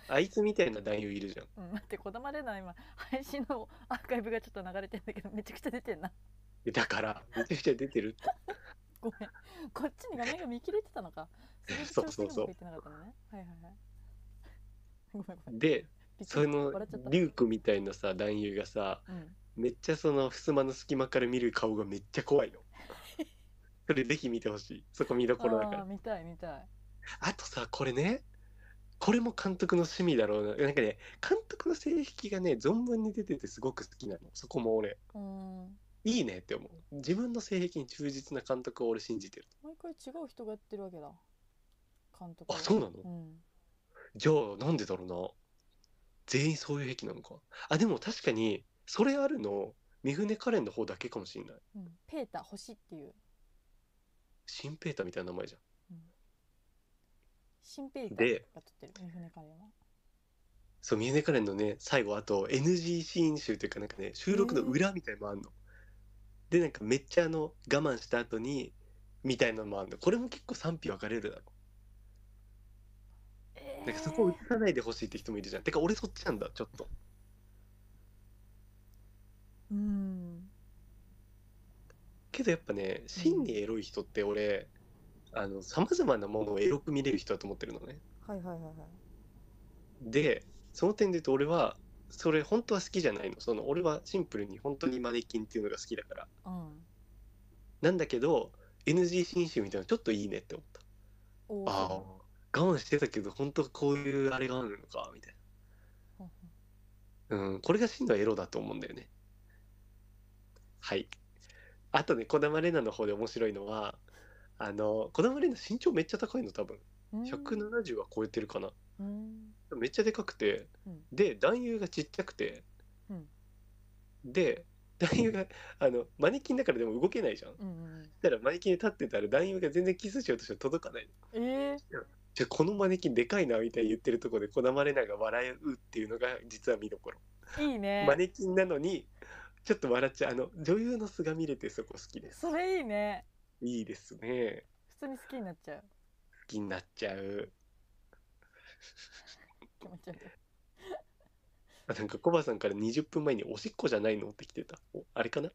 あいつみたいな男優いるじゃん。うん、待ってこだまれない今配信のアーカイブがちょっと流れてんだけどめちゃくちゃ出てんなでだからめちゃくちゃ出てるってごめんこっちに画面が見切れてたのかそうそうそうれで調整うまくいってなかったのねはいはいはいごめんごめんでびっくそりれの笑っちゃったリュークみたいなさ男優がさうんめっちゃその襖の隙間から見る顔がめっちゃ怖いの。それぜひ見てほしい。そこ見どころだかあーら。見たい見たいあとさ、これね、これも監督の趣味だろうな。なんかね、監督の性癖がね、存分に出ててすごく好きなの。そこも俺、うーんもいいねって思う。自分の性癖に忠実な監督を俺信じてる。う一回違う人がやってるわけだ監督あ、そううなのうんじゃあ、なんでだろうな。全員そういう癖なのか。あ、でも確かに、それあるの、三船カレンの方だけかもしれない。うん、ペータ星っていうシンペーターみたいな名前じゃん。新ペータでが撮ってる三船カレーはそう、ミュージカレンのね、最後、あと NG シーン集というか、なんかね、収録の裏みたいのもあんの。で、なんかめっちゃあの、我慢した後に、みたいなのもあんの。これも結構賛否分かれるだろえう。ーなんかそこを映さないでほしいって人もいるじゃん。てか、俺そっちなんだ、ちょっと。うんけどやっぱね、真にエロい人って俺、あの、様々なものをエロく見れる人だと思ってるのね。はいはいはいはいで、その点で言うと俺は、それ本当は好きじゃないの。その、俺はシンプルに本当にマネキンっていうのが好きだから。うんなんだけど、NG シーン集みたいなのちょっといいねって思った。おーああ我慢してたけど本当こういうあれがあるのかみたいほんほんな、うん、これが真のエロだと思うんだよねはいあとね児玉玲奈の方で面白いのはあの児玉玲奈身長めっちゃ高いの多分うん170は超えてるかなうんめっちゃでかくてうんで男優がちっちゃくて、うんで男優があのマネキンだからでも動けないじゃんうんうんだからマネキンで立ってたら男優が全然キスしようとしても届かないえー、じゃあこのマネキンでかいなみたいに言ってるとこでこだまれながら笑うっていうのが実は見どころ、いいねマネキンなのにちょっと笑っちゃうあの女優の素が見れてそこ好きですそれいいねいいですね普通に好きになっちゃう好きになっちゃう気持ち悪いあなんかコバさんから20分前に「おしっこじゃないの?」って来てたおあれかな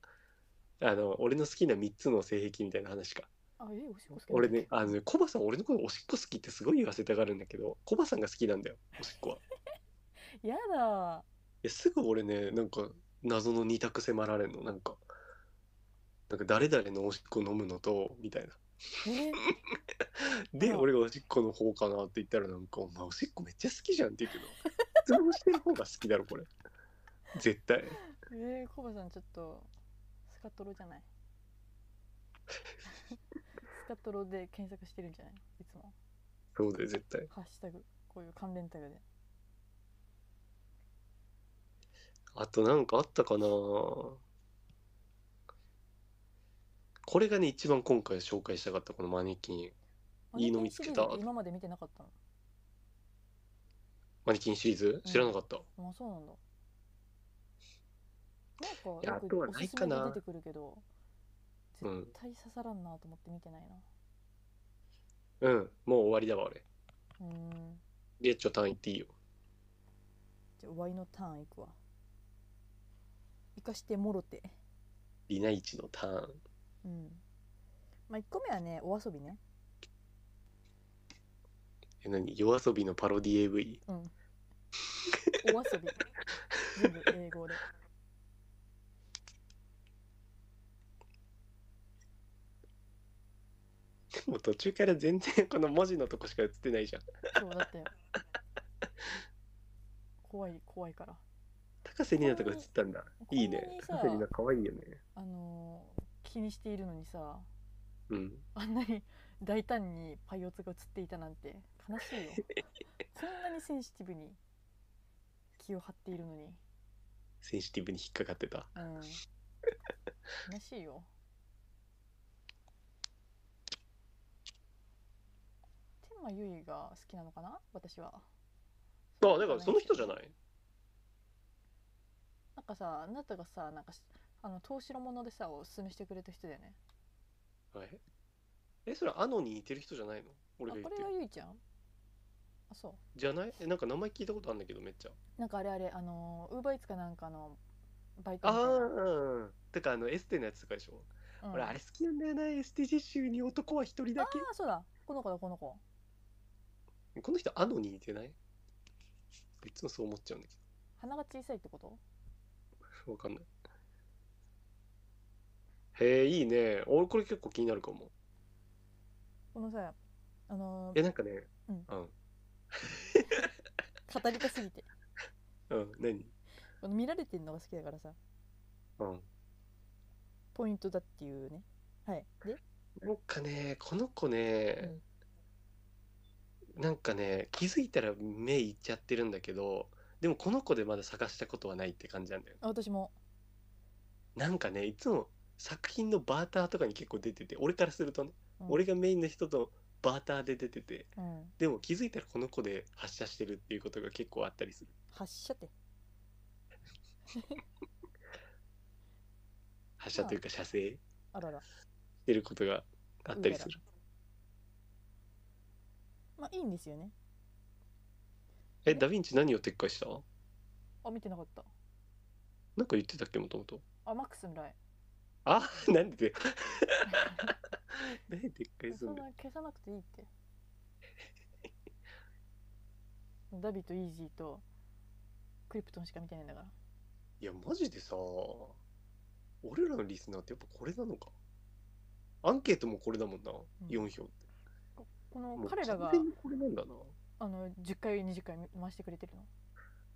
あの俺の好きな3つの性癖みたいな話かあえおしっこ好き俺ねあのねコバさん俺のことおしっこ好きってすごい言わせたがるんだけどコバさんが好きなんだよおしっこはやだいやすぐ俺ねなんか謎の二択迫られんのなんかなんか誰々のおしっこ飲むのとみたいなえー、でうん俺がおしっこの方かなって言ったらなんか「お前おしっこめっちゃ好きじゃん」って言うけど質問してる方が好きだろこれ絶対えー、コバさんちょっとスカトロじゃない スカトロで検索してるんじゃないいつもそうだよ絶対ハッシュタグこういう関連タグであとなんかあったかなこれがね、一番今回紹介したかった、このマネキン。いいの見つけたマネキンシリーズ今まで見てなかったマネキンシリーズ知らなかった。のあそうなんだいやなんあかとよくおはなすいすめかでな出てくるけど絶対刺さらんなと思って見てないなうん、もう終わりだわ、俺。うーんリエッチョ単位行っていいよ。じゃあワイのターンいくわ生かしてもろてリナイチのターン。うんまあ1個目はねお遊びねえ、何夜遊びのパロディ AV? うんお遊び全部英語でもう途中から全然この文字のとこしか映ってないじゃん。そうだって怖い怖いから高瀬里奈とか映ったんだ。こんないいね。こん高瀬なにさ里奈可愛いよね。あのー気にしているのにさうん。あんなに大胆にパイオツが映っていたなんて悲しいよこんなにセンシティブに気を張っているのにセンシティブに引っかかってた。うん悲しいよ天満ゆいが好きなのかな私はあ、だからその人じゃいないなんかさあなたがさなんかしあの投資のものでさおすすめしてくれた人だよねはい。え、それあのに似てる人じゃないのあ俺が言これってがる。ゆいちゃんあそうじゃないえ、なんか名前聞いたことあるんだけど、めっちゃ。なんかあれあれあのウーバーイーツかなんかのバイトあみたいなあ、てかあのエステのやつとかでしょ。うん俺あれ好きなんだよな、エステ実習に男は一人だあそうだこの子だこの子け。この人あのに似てないいつもそう思っちゃうんだけ鼻が小さいってことど。わかんない。へえ、いいね。俺これ結構気になるかも。このさあのーえ、なんかね、うんうん。語りたすぎてうん、何この見られてるのが好きだからさうん。ポイントだっていうねはいでなんかね、この子ね、なんかね、気づいたら目いっちゃってるんだけど、でもこの子でまだ探したことはないって感じなんだよ。あ私もなんかね、いつも作品のバーターとかに結構出てて、俺からするとね、うん俺がメインの人とバーターで出てて、うんでも気づいたらこの子で発射してるっていうことが結構あったりする。発射って発射というか射精しあららてることがあったりする。まあいいんですよねえ、ダヴィンチ何を撤回したあ見てなかったなんか言ってたっけ、もともと。あマックス村井あ、 なんでなんで撤回すそんんだなよ。消さなくていいって ダビとイージーとクリプトンしか見てないんだからいや、マジでさ、俺らのリスナーってやっぱこれなのか。アンケートもこれだもんな、4票って。このもう彼らが完全にこれなんだな。あの10回20回回してくれてるの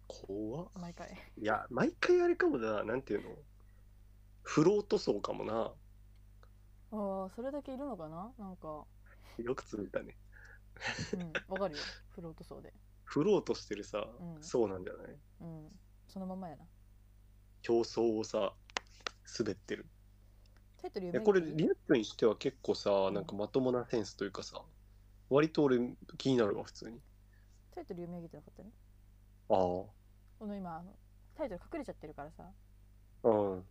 怖っ毎 回いや、毎回あれかもな、なんていうのフロート層かもな。ああそれだけいるのかななんかよくつぶたね。うんわかるよフロート層でフロートしてるさ、うんそうなんじゃないうんそのままやな競争をさ、滑ってる。タイトルいや読こめれ、るリアットにしては結構さ、んなんかまともなセンスというかさ、割と俺気になるわ、普通に。タイトル読み上げてなかったねあこの今あのタイトル隠れちゃってるからさあ、うん。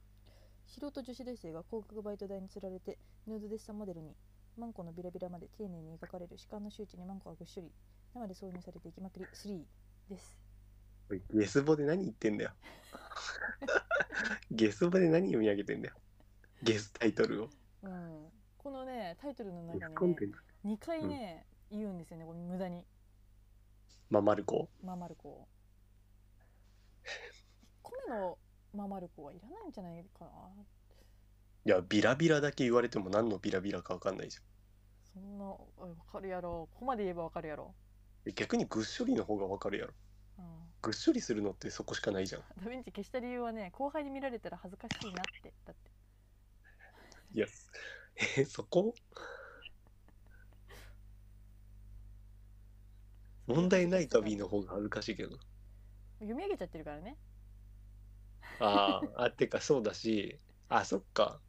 素人女子大生が広告バイト代につられてヌードデッサンモデルにマンコのビラビラまで丁寧に描かれる主観の周知にマンコがぐっしょり生で挿入されていきまくり3ですおいゲスボで何言ってんだよ。 ゲスボで何読み上げてんだよ。ゲスタイトルを。うんこのねタイトルのゲ中スコにンねテンツ。 2回ね、言うんですよねこれ無駄にまあ、マルコ。ママルコ を米のママルコはいらないんじゃないかないや、ビラビラだけ言われても何のビラビラかわかんないじゃんそんなおいわかるやろここまで言えばわかるやろ、え逆にぐっしょりの方がわかるやろ。うん、ぐっしょりするのってそこしかないじゃん。ダヴィンチ消した理由はね後輩に見られたら恥ずかしいなってだっていや、え、そこ問題ないダビーの方が恥ずかしいけど。読み上げちゃってるからねあーあてかそうだしあそっか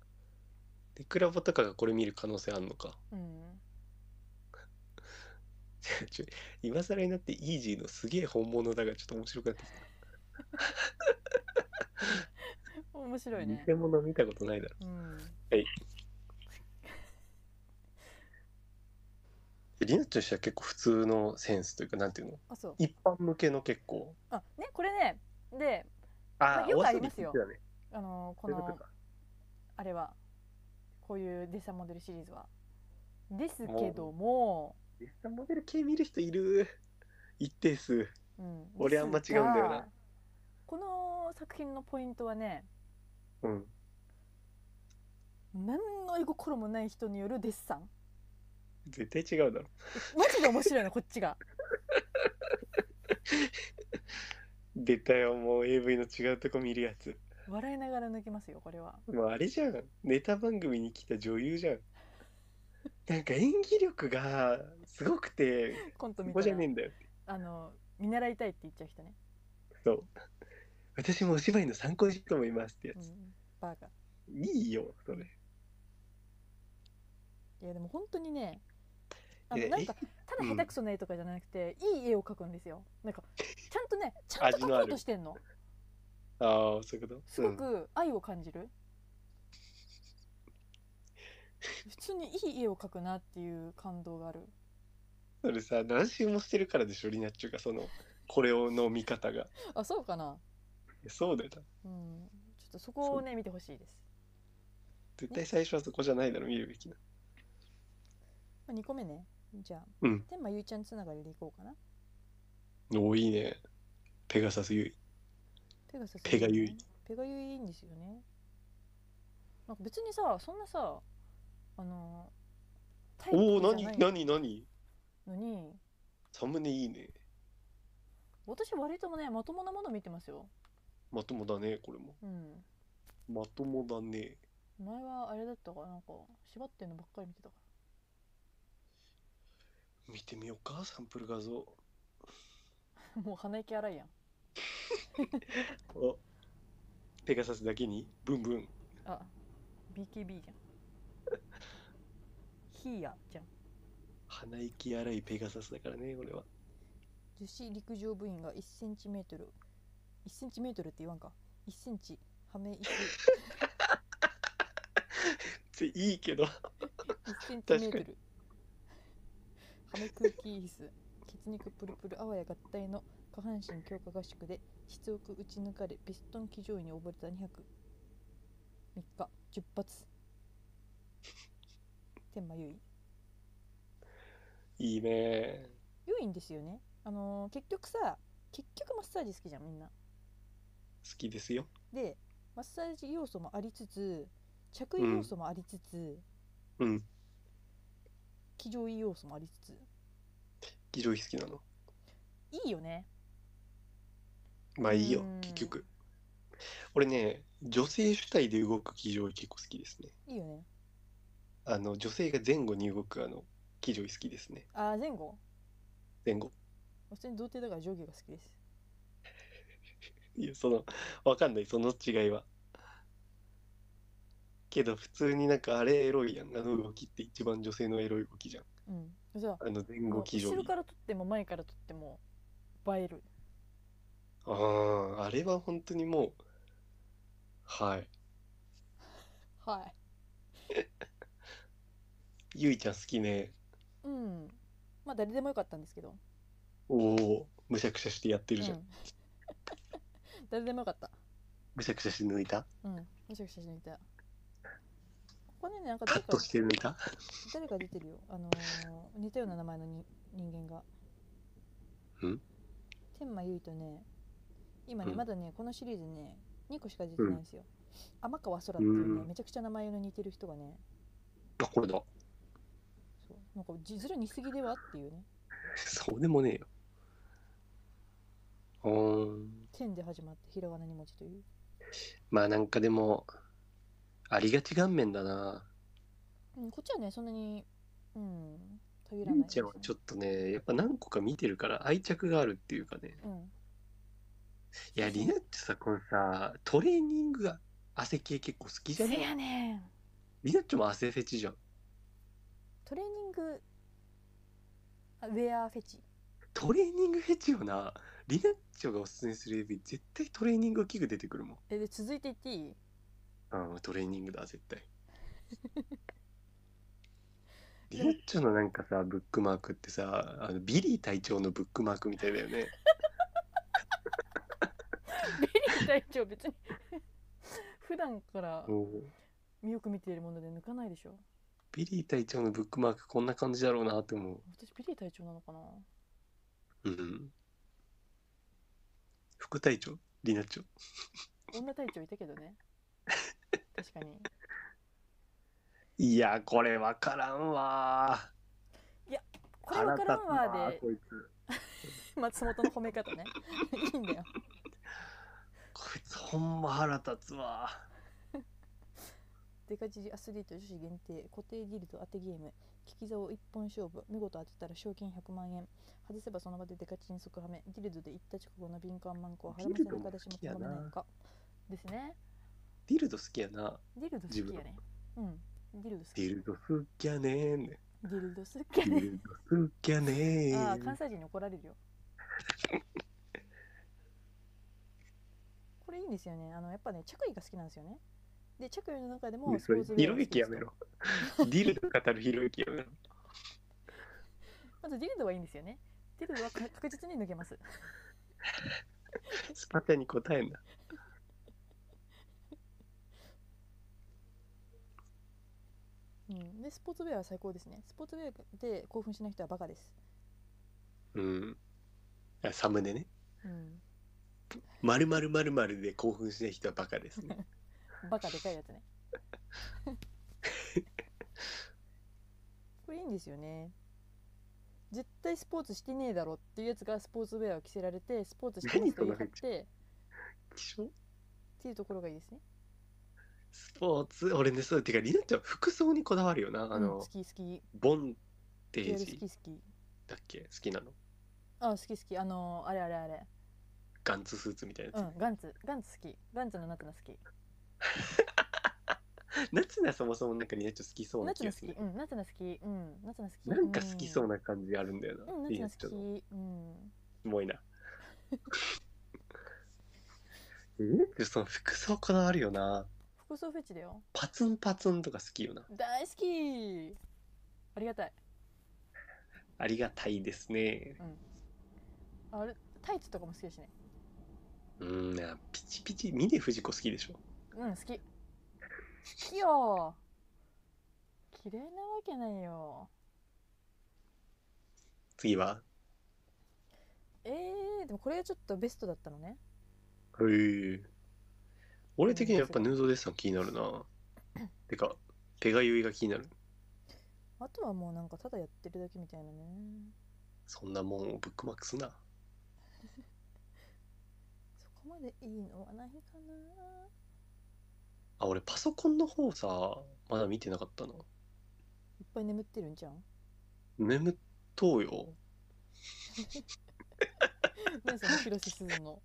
でクラボとかがこれ見る可能性あんのかうんちょ今更になってイージーのすげえ本物だがちょっと面白くなってき面白た、いね偽物見たことないだろうんリナとしては結構普通のセンスというかなんていうのあそう一般向けの結構あねこれねでまああーよおくあ遊りびまっすて言よってたねあのこそういうことのかあれはこういうデッサンモデルシリーズはですけどもデッサンモデル系見る人いる一定数うん俺あんまです違うんだよながこの作品のポイントはねうん何の絵心もない人によるデッサン絶対違うだろマジで面 白いのこっちが出たよもう AV の違うとこ見るやつ笑いながら抜けますよこれはもうあれじゃんネタ番組に来た女優じゃんなんか演技力がすごくてコントそ見こたじゃらねえんだよあの見習いたいって言っちゃう人ね、そう私もお芝居の参考にしようと思いますってやうつ、ん、バーカいいよそれいやでも本当にねあいのやなんかただ下手くそな絵とかじゃなくて、いい絵を描くんですよなんかちゃんとねちゃんと描こうとしてんのああそういうことすごうんく愛を感じる、普通にいい絵を描くなっていう感動があるそれさ何周もしてるからでしょリナっちゅうかそのこれをの見方があそうかなそうだよなうんちょっとそこをね見てほしいです、絶対最初はそこじゃないだろ見るべきなまあ、2個目ねじゃあうん天満ゆいちゃんつながりでいこうかなおーいいねペガサス優ペガサスペガユイペガユイいいんですよねなんか別にさそんなさあのタイ衣おおプじゃ何ない何何のにサムネいいね私割ともねまともなもの見てますよまともだねこれもうんまともだね前はあれだったからなんか縛ってんのばっかり見てたか見てみようかサンプル画像ら もう鼻息荒いやんおペガサスだけにブンブンあ BKB じゃんヒーヤじゃん鼻息荒いペガサスだからね俺は女子陸上部員が1センチメートル1センチメートルって言わんか1センチはめ息っていいけど1センチメートルハメ空気椅子血肉プルプルあわや合体の下半身強化合宿で質を打ち抜かれピストン騎乗位に溺れた200 3日10発天満優衣いいね優衣んですよねあのー結局さ結局マッサージ好きじゃんみんな好きですよでマッサージ要素もありつつ着衣要素もありつつうん騎乗位要素もありつつ議場好きなのいいよねまあいいようん結局俺ね女性主体で動く議場結構好きですねいいよねあの女性が前後に動くあの議場好きですねあー前後前後普通に童貞だから上下が好きですいや、その、わかんない、その違いは。けど、普通になんかあれエロいやん。あの動きって一番女性のエロい動きじゃん。うんじゃああの前あの後騎乗後ろ位。から撮っても前から撮っても映えるああ、あれは本当にもう、はい。はいゆいちゃん好きね。うんまあ誰でもよかったんですけど、おお、むしゃくしゃしてやってうるじゃん。ん、 誰でもよかったむしゃくしゃして抜いたうんむしゃくしゃしにいたここにねなんかカ誰ットかして抜いた誰か出てるよあのー似たような名前のに人間がん天満唯とね今ね、うんまだねこのシリーズね2個しか出てないんですよ、天川空っていうね、うんめちゃくちゃ名前の似てる人がねあ、これだ。そうなんか字面似すぎではっていうねそうでもねえよ。うーん。天で始まってひらがな2文字というまあなんかでも、ありがち顔面だな。うん、こっちはねそんなにうんたぎらゆないいちゃんはちょっっとね、やっぱ何個か見てるから愛着があるっていうかね、とうんいや、リナってさ、このさ、トレーニングが汗系結構好きじゃせねやねんリナッチョも汗フェチじゃん。トレーニングあウェアフェチトレーニングフェチよな。リナッチョがおすすめする AV、絶対トレーニング器具出てくるもえで続いていっていいん。うん、トレーニングだ、絶対。リナッチョのなんかさ、ブックマークってさ、あのビリー隊長のブックマークみたいだよ ね。 大丈夫別に 普段からうんよく見ているもので抜かないでしょビリー隊長のブックマークこんな感じだろうなって思う。私ビリー隊長なのかなうん。副隊長リナッチョ。女隊長いたけど ね確かにいや、これわからんわー。これ分からんわ腹で立つなーこいつ。松本の褒め方ね いいんだよこいつほんま腹立つわデカチリアスリート女子限定固定ギルド当てゲーム聞き竿一本勝負見事当てたら賞金100万円外せばその場でデカチン即ハメギルドで行った直後の敏感マンコは腹の背中出しもつまめないのかですねディルド好きやなディルド好きやねうんディルド好デきィルド好きやねーねディルド好きやディねルド好きやねああー関西人に怒ら れるよこれいいんですよねあのやっぱね着衣が好きなんですよねで着衣の中でもスポーツウひェアがろ好ゆききでやすとめろディルド語るひろゆきやめろまずディルドはいいんですよねディルドはか確実に脱げますスパチャに答えんな うん、でスポーツウェアは最高ですねスポーツウェアで興奮しない人はバカです、うんあサムネねうん、まるまるまるまるで興奮しない人はバカですねバカでかいや つねこれいいんですよね絶対スポーツしてねえだろっていうやつがスポーツウェアを着せられてスポーツしてますと言い張っ何そてっ気象ていうところがいいですねスポーツ俺ねそうてかりなちゃん服装にこだわるよなあの、うん、好き好きボンテデューアルジ好き好きだっけ好きなのあ好き好きあのーあれあれあれガンツスーツみたいなうやんガンツガンツ好きガンツのナツナ好きつ、夏菜そもそもなんかりなちゃん好きそうナなツ気ナが好すきるうんナツナ好きうんナツナ好きなんか好きそうなな感じあるんだよな。うんナいツいナやちょっと好きうんキモいな。 えその服装こだわるよな。服装フェチだよパツンパツンとか好きよな。大好きありがたいありがたいですね。あれタイツとかも好きだしねうん、あピチピチ、峰不二子好きでしょ。うん好き好きよ嫌いなわけないよ次はえー、でもこれがちょっとベストだったのねへえ。俺的にはやっぱヌードデッサン気になるな。てか、ペガユイが気になる。あとはもうなんかただやってるだけみたいなねそんなもんをブックマークすな。そこまでいいのはないかなあ、俺パソコンの方さ、まだ見てなかったの。いっぱい眠ってるんじゃん眠っとうよ。ねその広瀬すずの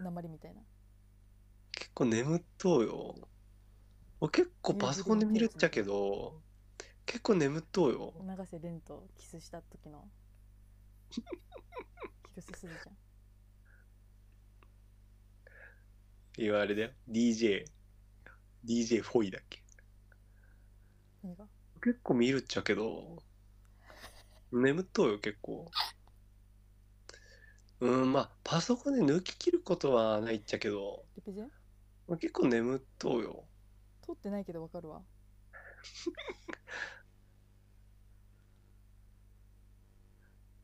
鉛みたいな結構眠っとうよ俺結構パソコンで見るっちゃけど結構眠っとうよ永瀬廉とキスした時の広瀬すずじゃん言われだよ DJDJ フォイだっけ何が結構見るっちゃけど眠っとうよ結構うんまあパソコンで抜き切ることはないっちゃけどリペゼン結構眠っとうよ通ってないけどわかるわ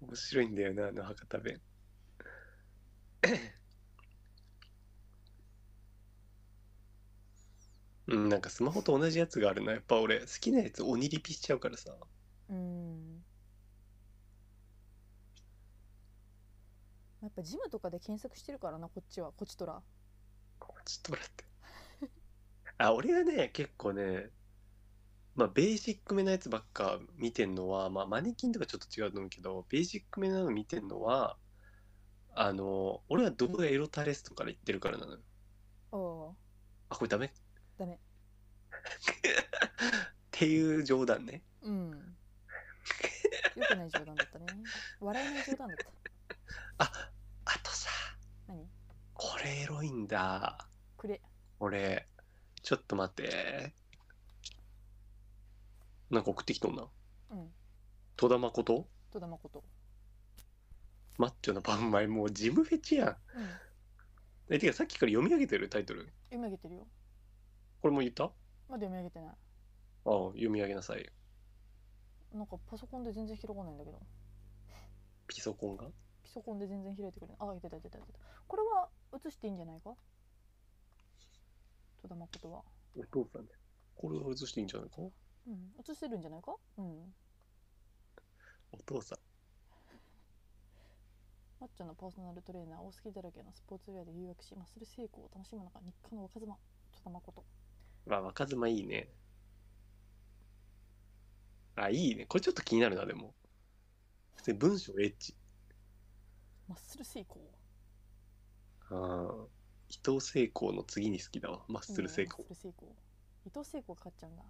面白いんだよなあの博多弁うんなんかスマホと同じやつがあるなやっぱ俺好きなやつ鬼リピしちゃうからさうーんやっぱジムとかで検索してるからなこっちはこっちとらちょっと待ってあ俺はね結構ねまあベーシックめなやつばっか見てんのはまあマネキンとかちょっと違うと思うけどベーシックめなの見てんのはあの俺は動画エロタレストから言ってるからなのよおおあこれダメっーダメていう冗談ね うんよくない冗談だったね笑えない冗談だったああとさ何これエロいんだくれこれちょっと待ってなんか送ってきとんなうん戸田誠戸田誠マッチョなパンマイもうジムフェチやんうんえてかさっきから読み上げてるタイトル読み上げてるよこれも言ったあまだ読み上げてないあ読み上げなさいよなんかパソコンで全然広がんないんだけどピソコンがピソコンで全然開いてくれないあ出た出た出たこれは映していいんじゃないか戸田誠はお父さんでこれを映していいんじゃないかうん映してるんじゃないかうんお父さんマッチョのパーソナルトレーナー大好きだらけのスポーツウェアで誘惑しマッスル成功を楽しむ中日課の若妻戸田誠あ若妻いいねあいいねこれちょっと気になるなでも普通に文章エッチマッスル成功ああ伊藤聖光の次に好きだわマッスル聖うん光マッスル成功伊藤聖光かかっちゃうんだ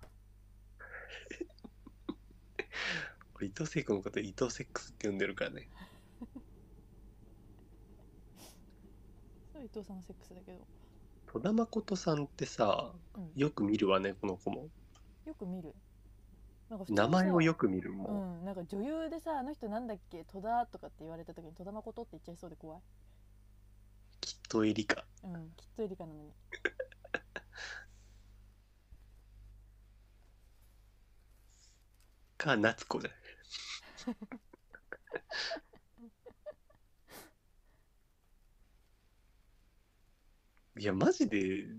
俺伊藤聖子のこと伊藤セックスって呼んでるからねそれは伊藤さんのセックスだけど、戸田誠さんってさうん、よく見るわねこの子もよく見るなんか普通にさ名前をよく見るも、うんん、なんか女優でさあの人なんだっけ戸田とかって言われた時に戸田誠って言っちゃいそうで怖いきっとエリカうんきっとエリカなのにか 夏子じゃないいやマジで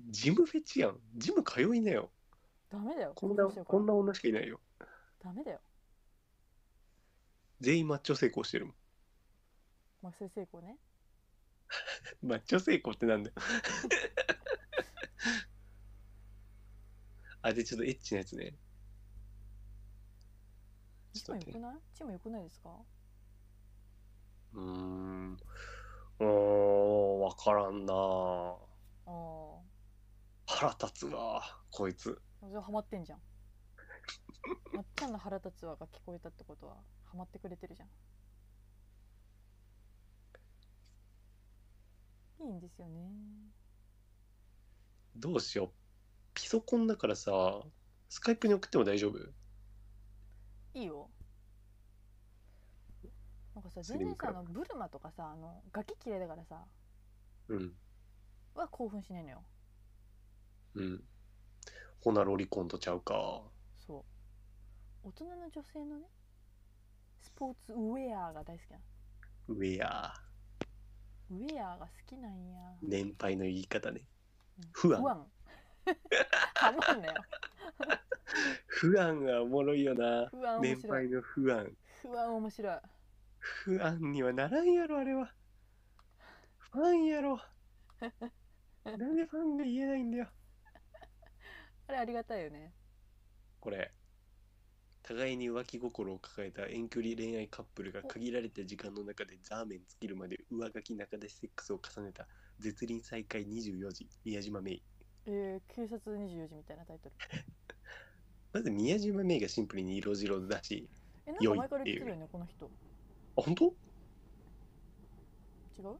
ジムフェチやんジム通いなよダメだよこんなどうしようかこんな女しかいないよダメだよ全員マッチョ成功してるもんマッスル成功ねマッチョ成功ってな んだよあでちょっとエッチなやつねちチーょっムと待よってくないチームよくないですかうーんうーんわからんなあああ腹立つわこいつそれハマってんじゃんまっちゃんの腹立つわが聞こえたってことはハマってくれてるじゃんいいんですよねどうしようピソコンだからさスカイプに送っても大丈夫いいよなんかさスリ全然ムさクあラブのブルマとかさあのガキ嫌いだからさうんは興奮しないのようんほなロリコンとちゃうかそう大人の女性のねスポーツウェアが大好きなウェアのウェアが好きなんや年配の言い方ねうん不安不安 ハマんなよ不安がおもろいよな不安面年白い配の不安不安面白い不安にはならんやろあれはファン やろなんでファンが言えないんだよあれありがたいよねこれ互いに浮気心を抱えた遠距離恋愛カップルが限られた時間の中でザーメン尽きるまで上書き中でセックスを重ねた絶倫再開24時宮島芽衣えー、警察24時みたいなタイトルまず宮島芽衣がシンプルに色白だしえなんか前から言ってるよねこの人あ本当違う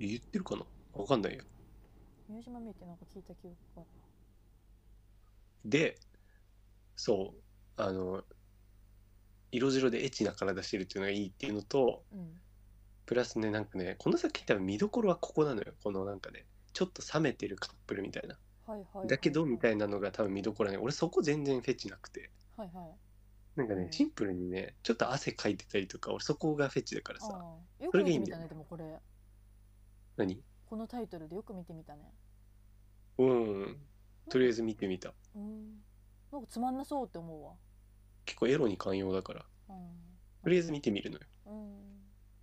え言ってるかなわかんないよ宮島芽衣ってなんか聞いた記憶があるでそうあの色白でエッチな体してるっていうのがいいっていうのとうんプラスねなんかねこの先多分見どころはここなのよこのなんかねちょっと冷めてるカップルみたいなはいはいはい、だけどみたいいなのが多分見どころね俺そこ全然フェチなくてはいはいなんかうねんシンプルにねちょっと汗かいてたりとか俺そこがフェチだからあさあよそくれが見いていんみだたよねでもこれ何このタイトルでよく見てみたねうんとりあえず見てみたうんなんかつまんなそうって思うわ結構エロに寛容だからうんとりあえず見てみるのよ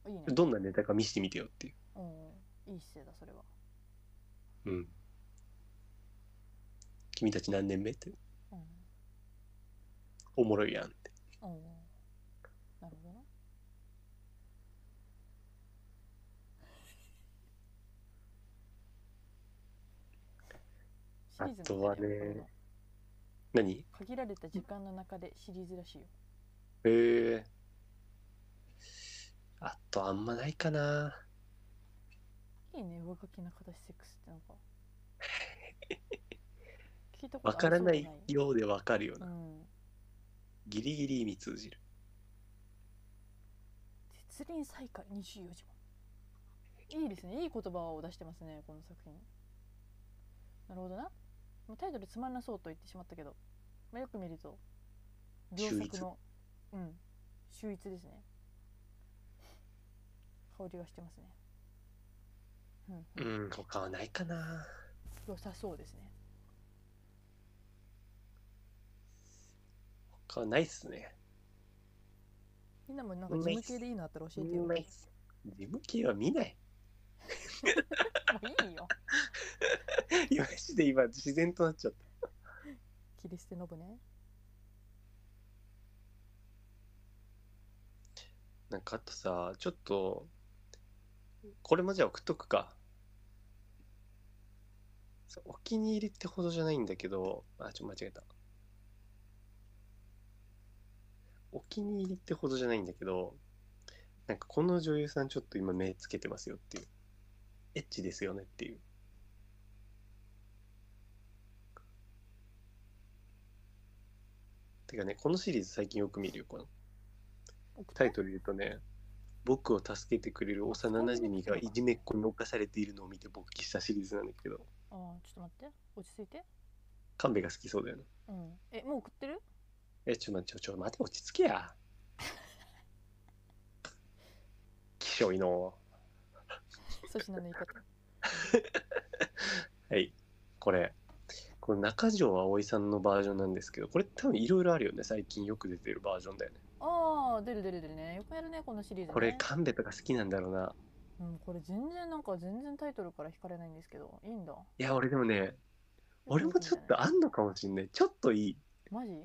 うんいいねどんなネタか見せてみてよっていううんいい姿勢だそれはうん君たち何年目ってうんおもろいやんってうんなるほどなクイズみたいなあとはねこれは何限られた時間の中でシリーズらしいよへえあとあんまないかないいね上書きな形セックスってなん か聞いたことわからなありいそうじようでわかるよゃうなうんギリギリに通じる絶倫再開24時間いいですねいい言葉を出してますねこの作品なるほどなもうタイトルつまんなそうと言ってしまったけど、まあ、よく見ると両作のうん秀逸ですね香りがしてますねうん、うん、うん他はないかな良さそうですね他はないっすねみんなもなんか事務系でいいのあったら教えてよ、ないっす事務系は見ない もういいよいやマジで今自然となっちゃった切り捨てノブねなんかあとさちょっとこれもじゃあ送っとくかそうお気に入りってほどじゃないんだけどあちょ間違えたお気に入りってほどじゃないんだけどなんかこの女優さんちょっと今目つけてますよっていうエッチですよねっていうてかねこのシリーズ最近よく見るよこのタイトル言うとね僕を助けてくれる幼なじみがいじめっ子に侵されているのを見て勃起したシリーズなんだけどああちょっと待って落ち着いて神戸が好きそうだよねうんえもう送ってる えちょ待ってちょちょ待て落ち着けやきしょいの粗品の言い方はいこれこの中条葵さんのバージョンなんですけどこれ多分いろいろあるよね最近よく出てるバージョンだよねああ出る出る出るねよくやるねこのシリーズ、ね、これ神戸とか好きなんだろうなうん、これ全然なんか全然タイトルから引かれないんですけどいいんだいや俺でもね俺もちょっとあんのかもしんないちょっといいマジ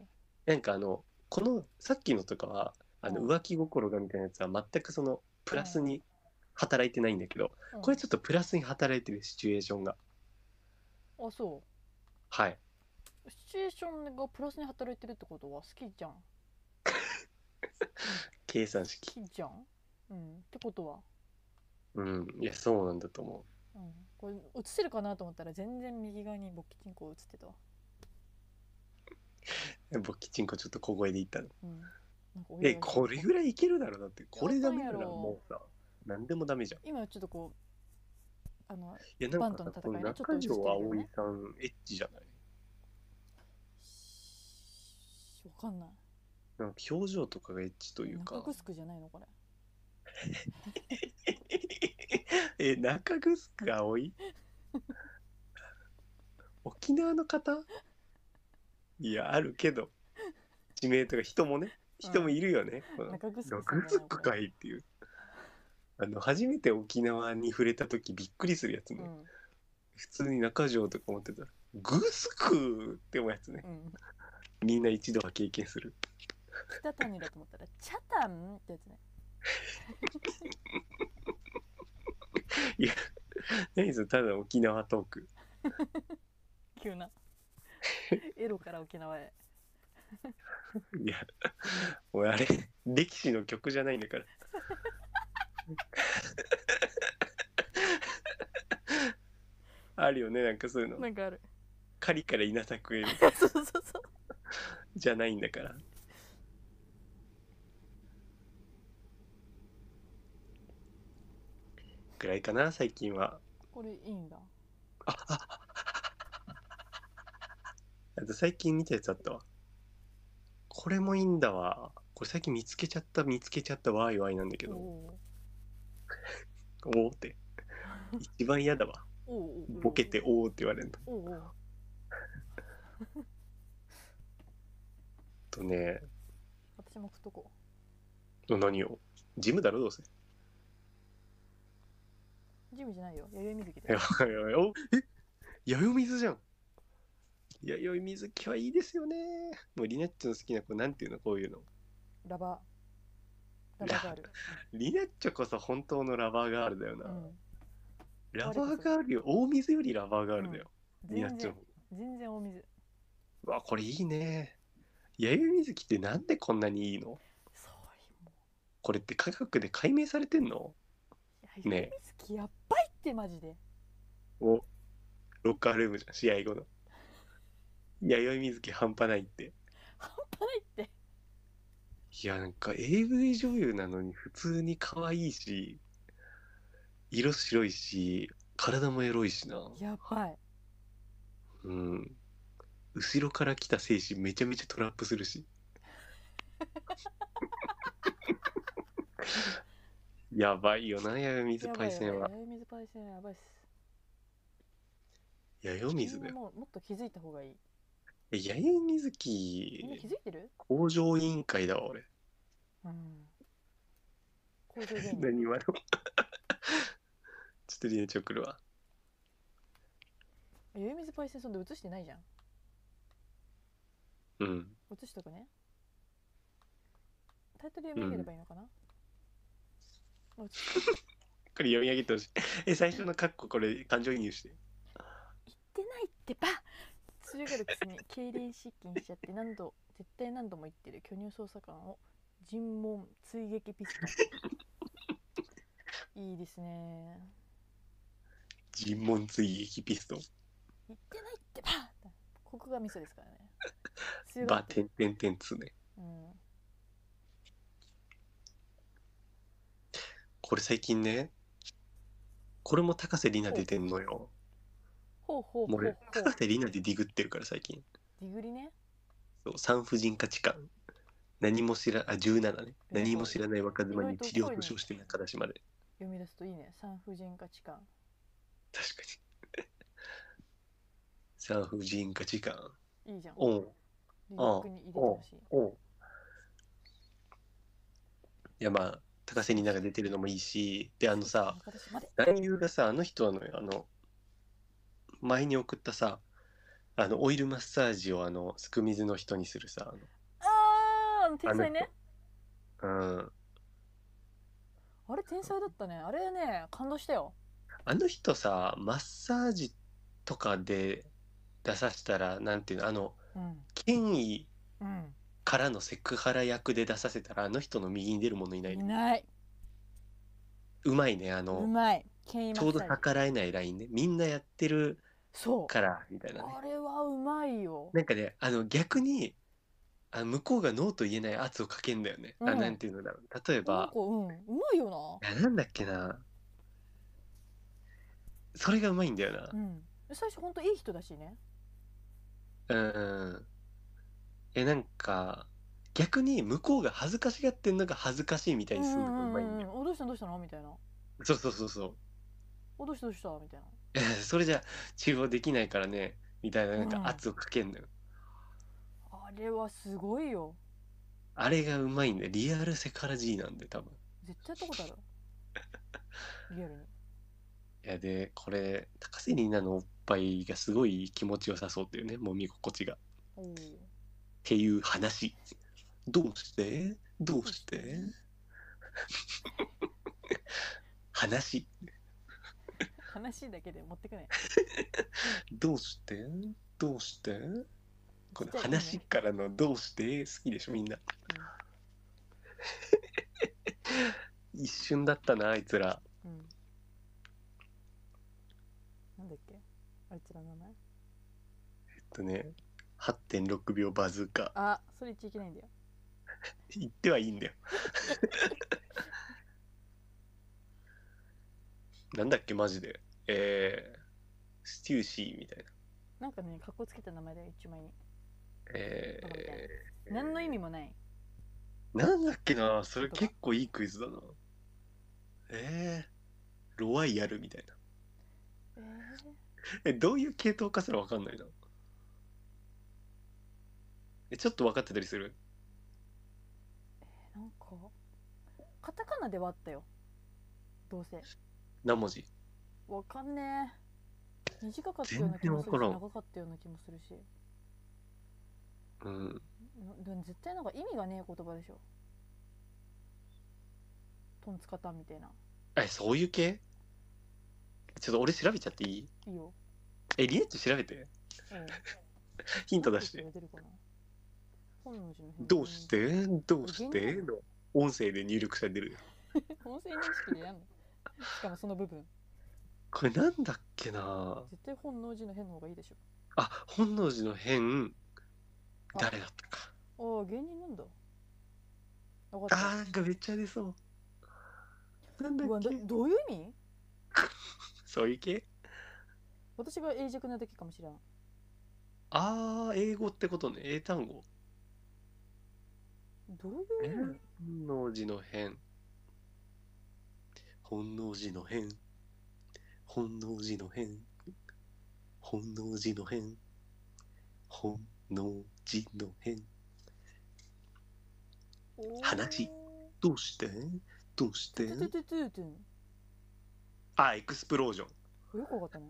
なんかあのこのさっきのとかはあのうん浮気心がみたいなやつは全くそのプラスに働いてないんだけどうんこれちょっとプラスに働いてるシチュエーションがあそはいうシチュエーションがプラスに働いてるってことは好きじゃん好計算式きじゃんうんってことはうんいやそうなんだと思うんこれ映せるかなと思ったら全然右側に勃起チンコ映ってたわう僕キチンコちょっと小声で言ったのうんなんかお祝いえこれぐらいいけるだろうだってこれダメなやばいらやろもうさ何でもダメじゃんい今ちょっとこうあのやなバんンとかのさ戦こいのねちょっと映中して条るよね葵さんエッチじゃないしわかんないなんか表情とかがエッチという中かグスクじゃないのこれ え、中城葵沖縄の方いや、あるけど。地名とか人もね、人もいるよね。この中グスクじゃない中の城これかいっていう。あの、初めて沖縄に触れた時びっくりするやつね。うん普通に中条とか思ってたら、グスクって思うやつね。うんみんな一度は経験する。北谷だと思ったらチャタンってやつね 何それ、ただ沖縄トーク。急なエロから沖縄へいや、もうあれ、歴史の曲じゃないんだから。 あるよね、なんかそういうの。なんかあるカリから稲作へそうそうそうじゃないんだから。ぐらいかな、最近は。これいいんだあと最近見たやつあったわ。これもいいんだわ。これ最近見つけちゃった、見つけちゃった、わーいわーいなんだけおど。おおおーって。一番嫌だわ。おおーボケておおって言われるの。おおーとね、私も食っとこ何をジムだろどう せ。うジムじゃないよ弥生水木だやよばいやばいおえ弥生水じゃん。弥生水木はいいですよね。もうリナッチョの好きな子、なんていうの、こういうの。ラバーラバーガールリナッチョこそ本当のラバーガールだよな。うんラバーガールよ、大水よりラバーガールだよ。リナッ全チョ然の。全然お水うわこれいいね弥生水木ってなんでこんなにいいのそうもこれって科学で解明されてんのう弥ね生水木やっばいってマジでおロッカールームじゃん試合後の弥生水木半端ないって半端ないっていやなんか AV 女優なのに普通に可愛いし色白いし体もエロいしなやばいうん後ろから来た精子めちゃめちゃトラップするしやばいよな弥生水やばパいイセンやはばい弥生水パイセンはやばいっす弥生水だみんよなもうもっと気づいた方がいいえ弥生水みんな気木づいてる工場委員会だわ俺うん工場芸人何今の ちょっとリネチョ来るわ弥生水パイセンそんで映してないじゃんうん映しとくねタイトル読み上げればいいのかな、あ映しこれ読み上げてほしい え最初のカッコこれ感情移入して言ってないってば強がるくせに痙攣失禁しちゃって何度絶対何度も言ってる巨乳捜査官を尋問追撃ピストンいいですね尋問追撃ピスト言ってないってばここがミソですからね強ンがバっテンテンテンツねうんこれ最近ねこれも高瀬里奈出てんのよほうほうほもううほう俺高瀬里奈でディグってるから最近ディグリねそう産婦人科痴漢何も知らあ17ね何も知らない若妻に治療保障して中出しまで読み出すといいね産婦人科痴漢確かに 産婦人科痴漢いいじゃんおうリンクに入れてほしいおいやまあ高瀬里奈が出てるのもいいしであのさ私まで男優がさあの人はあのあの前に送ったさあのオイルマッサージをあのすく水の人にするさあーあの天才ねあの,、うん、あれ天才だったねあれね感動したよあの人さマッサージとかで出させたらなんていうのあのうん権威うんからのセクハラ役で出させたらあの人の右に出るものいないいねないうまいねあうのまい権威マちょうッどサージ逆らえないラインねみんなやってるそうからみたいなねあれはうまいよなんかねあの逆にあ向こうがノーと言えない圧をかけんだよね、うあんなんていうのだろう例えなんばかうんうまいよいやなんだっけなそれがうまいんだよななうん最初ほんといい人だしねうん、えなんか逆に向こうが恥ずかしがってんのが恥ずかしいみたういんにするのがううまいんんだよ、うんおどうしたのどうしたのみたいなそうそうそうそう おどうしたどうしたみたいなえそれじゃ治療できないからねみたいななんうんか圧をかけんだよ、あれはすごいよあれがうまいんだよリアルセカラジーなんで多分絶対やった ことあるリアルにいやでこれ高瀬里奈のおっぱいがすごい気持ちよさそうっていうね揉み心地がっおーていう話どうしてどうして話話だけで持ってくねどうしてどうしてこのちっちゃいね話からの「どうして?」好きでしょみんな一瞬だったなあいつらうんなんだっけあいつらの名前えっとね8.6秒バズーカあそれ言っちゃいけないんだよ言ってはいいんだよなんだっけマジでえー、ステューシーみたいななんかねかっこつけた名前だよ一丁前にえなんだっけー、何の意味もないなんだっけなそれ結構いいクイズだなえー、ロワイヤルみたいなえー、えどういう系統かすらわかんないなえちょっと分かってたりするなんかカタカナではあったよどうせ何文字わかんねえ短かったような気もする全し然わからん長かったような気もするしうんなでも絶対なんか意味がねえ言葉でしょトンツカタンみたいなえそういう系ちょっと俺調べちゃっていいいいよえリエッチ調べてヒント出して。出るかな本能寺の変どうしてどうしての音声で入力されてる。音声認識でやんのしかもその部分これなんだっけな絶対本能寺の変の方がいいでしょあ、本能寺の変、あ誰だったか。ああ芸人なんだ分かっあたー、なんかめっちゃ出そう。なんだうわっどけどういう意味そういう系私が英弱なだけかもしれんあー、英語ってことね。英単語。どういう意味本能寺の変。本能寺の変。本能寺の変。本能寺の変。本能寺の変。話どうしてどうしてトゥトゥトゥトゥトゥンあ、エクスプロージョン。よくわかったね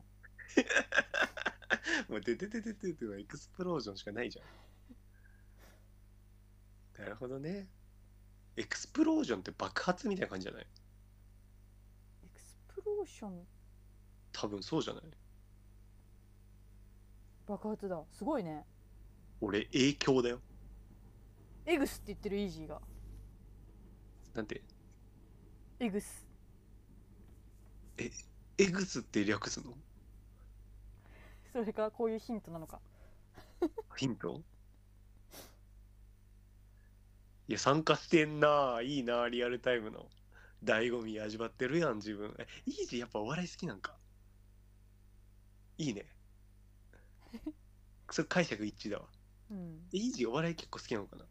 もう、ててててててはエクスプロージョンしかないじゃん。なるほどね。エクスプロージョンって爆発みたいな感じじゃないエクスプローション多分そうじゃない爆発だすごいね俺、影響だよ。エグスって言ってるイージーがなんて、エグスエグスって略すのそれかこういうヒントなのかヒントいや、参加してんな。いいな、リアルタイムの。醍醐味味わってるやん、自分。え、イージーやっぱお笑い好きなんか。いいね。それ解釈一致だわ。うんイージーお笑い結構好きなのかな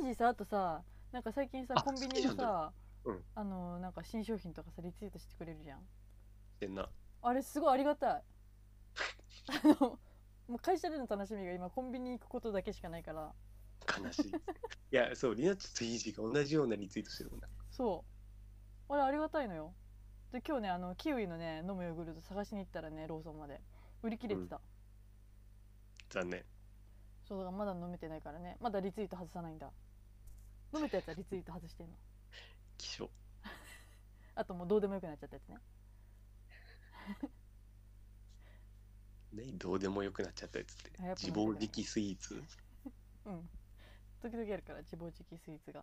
イージーさあとさなんか最近さあコンビニのさ、好きなんだうんあのなんか新商品とかさリツイートしてくれるじゃんしてんな。あれすごいありがたいあのもう会社での楽しみが今コンビニ行くことだけしかないから悲 しい。いや、そう、リナッチとイージーが同じようなリツイートしてるもんな。そうあれありがたいのよで今日ねあのキウイのね飲むヨーグルト探しに行ったらねローソンまで売り切れてた、残念。そうだからまだ飲めてないからねまだリツイート外さないんだ飲めたやつはリツイート外してんの希少。あともうどうでもよくなっちゃったやつねね、どうでもよくなっちゃったやつってあやっ。ぱ自暴自棄スイーツ。うん時々あるから自暴自棄スイーツが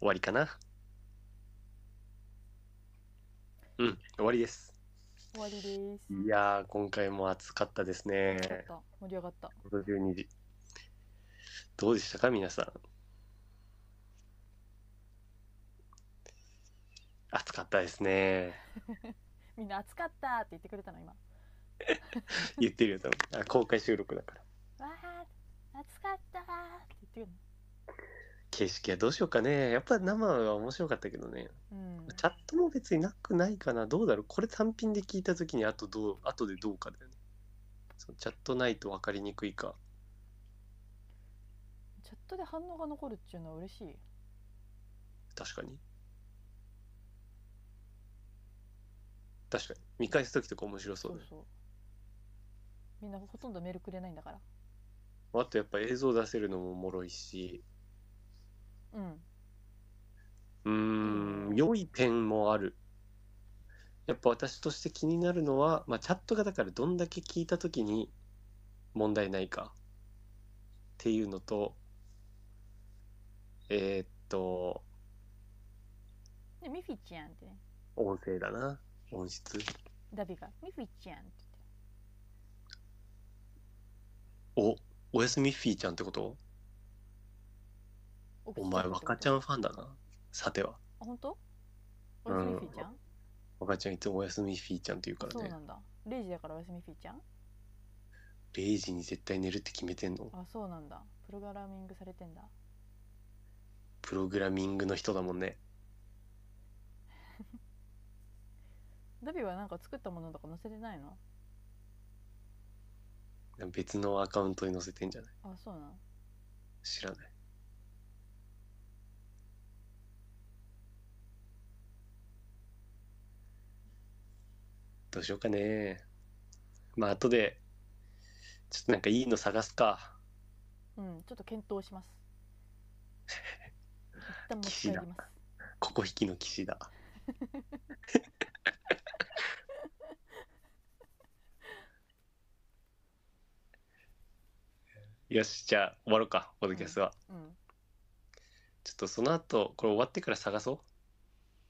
終わりかなうん、終わりです。終わりですいやー、今回も暑かったですね盛り上。がった盛り上がった12時。どうでしたか、皆さん。暑かったですね。みんな暑かったって言ってくれたの今わ言ってるよ、多分。あ公開収録だから。ー暑かったーって言って景色はどうしようかね。やっぱ生は面白かったけどね。くるのうんチャットも別になくないかな。どうだろう。これ単品で聞いたときに、あとどう、あとでどうかだよね。そうチャットないと分かりにくいか。チャットで反応が残るっていうのは嬉しい確かに。確かに。見返すときとか面白そうだね。そうみんなほとんどメールくれないんだからあとやっぱ映像出せるのもおもろいし、うんうーん、良い点もある。やっぱ私として気になるのは、まあ、チャットがだからどんだけ聞いたときに問題ないかっていうのと、えーっと、でミフィちゃんってね音声だな。音質。ダビがミフィちゃんって言ってお、おやすみフィーちゃんってことお口お前、ちゃんってこと若ちゃんファンだな。さては。あ本当おうんやすみフィーちゃん、若ちゃんいつもおやすみフィーちゃんって言うかそうらなね。んだ0時だからおやすみフィーちゃん0時に絶対寝るって決めてんの。あそうなんだプログラミングされてんだプログラミングの人だもんね。ダビはなんか作ったものとか載せてないの別のアカウントに載せてんじゃないあそうなの知らない。どうしようかね。まあ、後で、ちょっとなんかいいの探すか。うんちょっと検討します一旦持ち岸帰田りますここ引きの騎士だ。よし、じゃあ終わろうか、ポッドキャストは。うんちょっとその後、これ終わってから探そ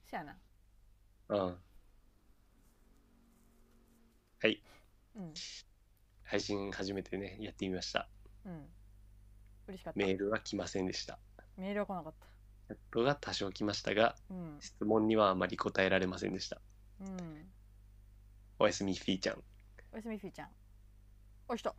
せやなう。うん。はい、うん配信初めてね、やってみました。うん嬉しかったメールは来ませんでした。メールは来なかったチャットが多少来ましたが、うん質問にはあまり答えられませんでした。うんおやすみ、フィーちゃん。おやすみフィーちゃんおいしと